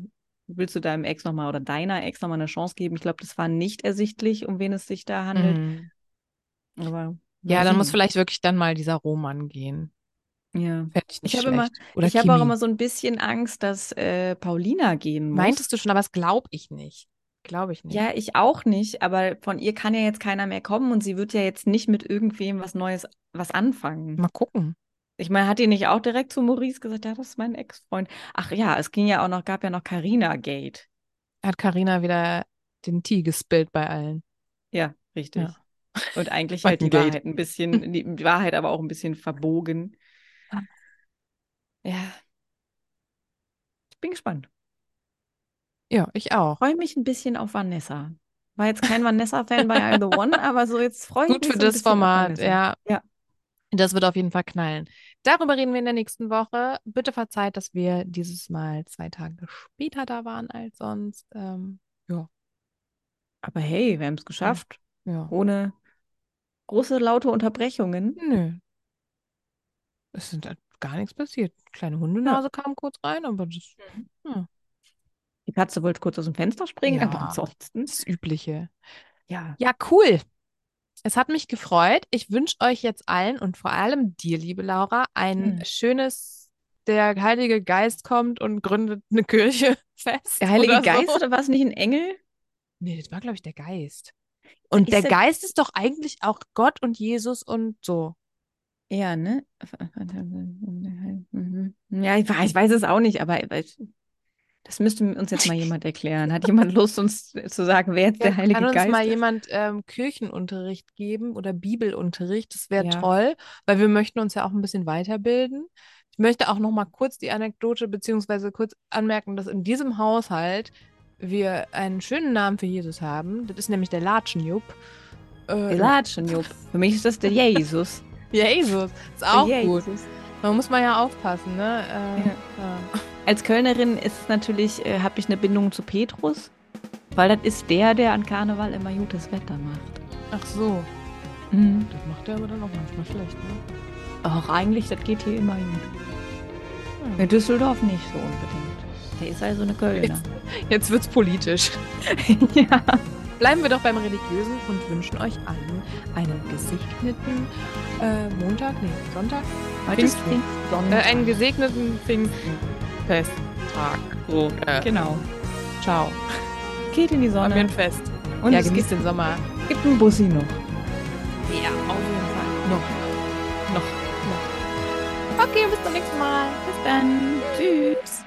[SPEAKER 2] willst du deinem Ex nochmal oder deiner Ex nochmal eine Chance geben? Ich glaube, das war nicht ersichtlich, um wen es sich da handelt.
[SPEAKER 1] Mhm.
[SPEAKER 2] Aber
[SPEAKER 1] Ja,
[SPEAKER 2] weiß
[SPEAKER 1] dann
[SPEAKER 2] ich
[SPEAKER 1] muss
[SPEAKER 2] nicht.
[SPEAKER 1] vielleicht wirklich dann mal dieser Roman gehen.
[SPEAKER 2] Ja.
[SPEAKER 1] Fände ich nicht
[SPEAKER 2] Ich habe immer-
[SPEAKER 1] schlecht. Oder
[SPEAKER 2] ich habe auch
[SPEAKER 1] Kimi.
[SPEAKER 2] immer so ein bisschen Angst, dass äh, Paulina gehen muss.
[SPEAKER 1] Meintest du schon, aber das glaube ich nicht. Glaube ich nicht.
[SPEAKER 2] Ja, ich auch nicht, aber von ihr kann ja jetzt keiner mehr kommen und sie wird ja jetzt nicht mit irgendwem was Neues was anfangen.
[SPEAKER 1] Mal gucken.
[SPEAKER 2] Ich meine, hat die nicht auch direkt zu Maurice gesagt, ja, das ist mein Ex-Freund. Ach ja, es ging ja auch noch, gab ja noch Carina Gate.
[SPEAKER 1] Hat Karina wieder den Tee gespillt bei allen.
[SPEAKER 2] Ja, richtig.
[SPEAKER 1] Ja.
[SPEAKER 2] Und eigentlich halt die
[SPEAKER 1] Falkengate.
[SPEAKER 2] Wahrheit *laughs* ein *laughs* bisschen, die die Wahrheit aber auch ein bisschen verbogen. Ja. Ich bin gespannt.
[SPEAKER 1] Ja, ich auch.
[SPEAKER 2] Freue mich ein bisschen auf Vanessa. War jetzt kein Vanessa-Fan bei I'm the *laughs* One, aber so jetzt freue ich
[SPEAKER 1] Gut für
[SPEAKER 2] mich so ein
[SPEAKER 1] das
[SPEAKER 2] bisschen auf
[SPEAKER 1] Format,
[SPEAKER 2] Vanessa.
[SPEAKER 1] ja.
[SPEAKER 2] Ja.
[SPEAKER 1] Das wird auf jeden Fall knallen. Darüber reden wir in der nächsten Woche. Bitte verzeiht, dass wir dieses Mal zwei Tage später da waren als sonst. Ähm,
[SPEAKER 2] Aber hey, wir haben es geschafft.
[SPEAKER 1] ja.
[SPEAKER 2] Ohne große, laute Unterbrechungen.
[SPEAKER 1] Nö. Es sind halt gar nichts passiert. Kleine Hundenase kam kurz rein, aber das
[SPEAKER 2] Die Katze wollte kurz aus dem Fenster springen,
[SPEAKER 1] Ja.
[SPEAKER 2] aber ansonsten,
[SPEAKER 1] ist das Übliche.
[SPEAKER 2] ja.
[SPEAKER 1] Ja, cool. Es hat mich gefreut. Ich wünsche euch jetzt allen und vor allem dir, liebe Laura, ein
[SPEAKER 2] Hm.
[SPEAKER 1] schönes, der Heilige Geist kommt und gründet eine Kirche *laughs* fest.
[SPEAKER 2] Der Heilige
[SPEAKER 1] oder
[SPEAKER 2] Geist
[SPEAKER 1] So.
[SPEAKER 2] oder war es nicht ein Engel?
[SPEAKER 1] Nee, das war, glaube ich, der Geist. Und
[SPEAKER 2] Ist
[SPEAKER 1] der
[SPEAKER 2] der-
[SPEAKER 1] Geist ist doch eigentlich auch Gott und Jesus und so.
[SPEAKER 2] Ja, ne? Mhm. Ja, ich weiß, ich weiß es auch nicht, aber äh, ich- das müsste uns jetzt mal jemand erklären. Hat jemand Lust, uns zu sagen, wer jetzt
[SPEAKER 1] Ja,
[SPEAKER 2] *laughs* der Heilige
[SPEAKER 1] Kann uns
[SPEAKER 2] Geist
[SPEAKER 1] mal
[SPEAKER 2] ist?
[SPEAKER 1] jemand ähm, Kirchenunterricht geben oder Bibelunterricht? Das wäre
[SPEAKER 2] Ja.
[SPEAKER 1] toll, weil wir möchten uns ja auch ein bisschen weiterbilden. Ich möchte auch noch mal kurz die Anekdote beziehungsweise kurz anmerken, dass in diesem Haushalt wir einen schönen Namen für Jesus haben. Das ist nämlich der Latschenjupp.
[SPEAKER 2] Der
[SPEAKER 1] Äh,
[SPEAKER 2] Latschenjupp. Für mich ist das der Jesus.
[SPEAKER 1] Jesus. Ist *laughs*
[SPEAKER 2] Der
[SPEAKER 1] auch
[SPEAKER 2] Jesus.
[SPEAKER 1] gut. Da muss man ja aufpassen, ne? Äh,
[SPEAKER 2] Ja.
[SPEAKER 1] ja.
[SPEAKER 2] Als Kölnerin ist es natürlich, äh, habe ich eine Bindung zu Petrus, weil das ist der, der an Karneval immer gutes Wetter macht.
[SPEAKER 1] Ach so.
[SPEAKER 2] Mhm.
[SPEAKER 1] Das macht er aber dann auch manchmal schlecht, ne?
[SPEAKER 2] Auch eigentlich, das geht hier immer gut. In Düsseldorf nicht so unbedingt. Der ist also eine Kölner.
[SPEAKER 1] Jetzt wird's *laughs* politisch.
[SPEAKER 2] ja.
[SPEAKER 1] Bleiben wir doch beim Religiösen und wünschen euch allen einen gesegneten äh, Montag, nee, Sonntag,
[SPEAKER 2] Heute ist
[SPEAKER 1] Pfingsten. äh,
[SPEAKER 2] Pfingstsonntag.
[SPEAKER 1] einen gesegneten Pfingstfesttag.
[SPEAKER 2] So,
[SPEAKER 1] äh,
[SPEAKER 2] genau.
[SPEAKER 1] Ciao.
[SPEAKER 2] Geht in die
[SPEAKER 1] Haben wir
[SPEAKER 2] Sonne.
[SPEAKER 1] ein Fest.
[SPEAKER 2] Und
[SPEAKER 1] ja,
[SPEAKER 2] es
[SPEAKER 1] genießt
[SPEAKER 2] gibt,
[SPEAKER 1] den Sommer.
[SPEAKER 2] gibt einen Bussi noch.
[SPEAKER 1] Ja, auf jeden Fall. Noch.
[SPEAKER 2] Noch.
[SPEAKER 1] Okay, bis zum nächsten Mal.
[SPEAKER 2] Bis dann. Tschüss.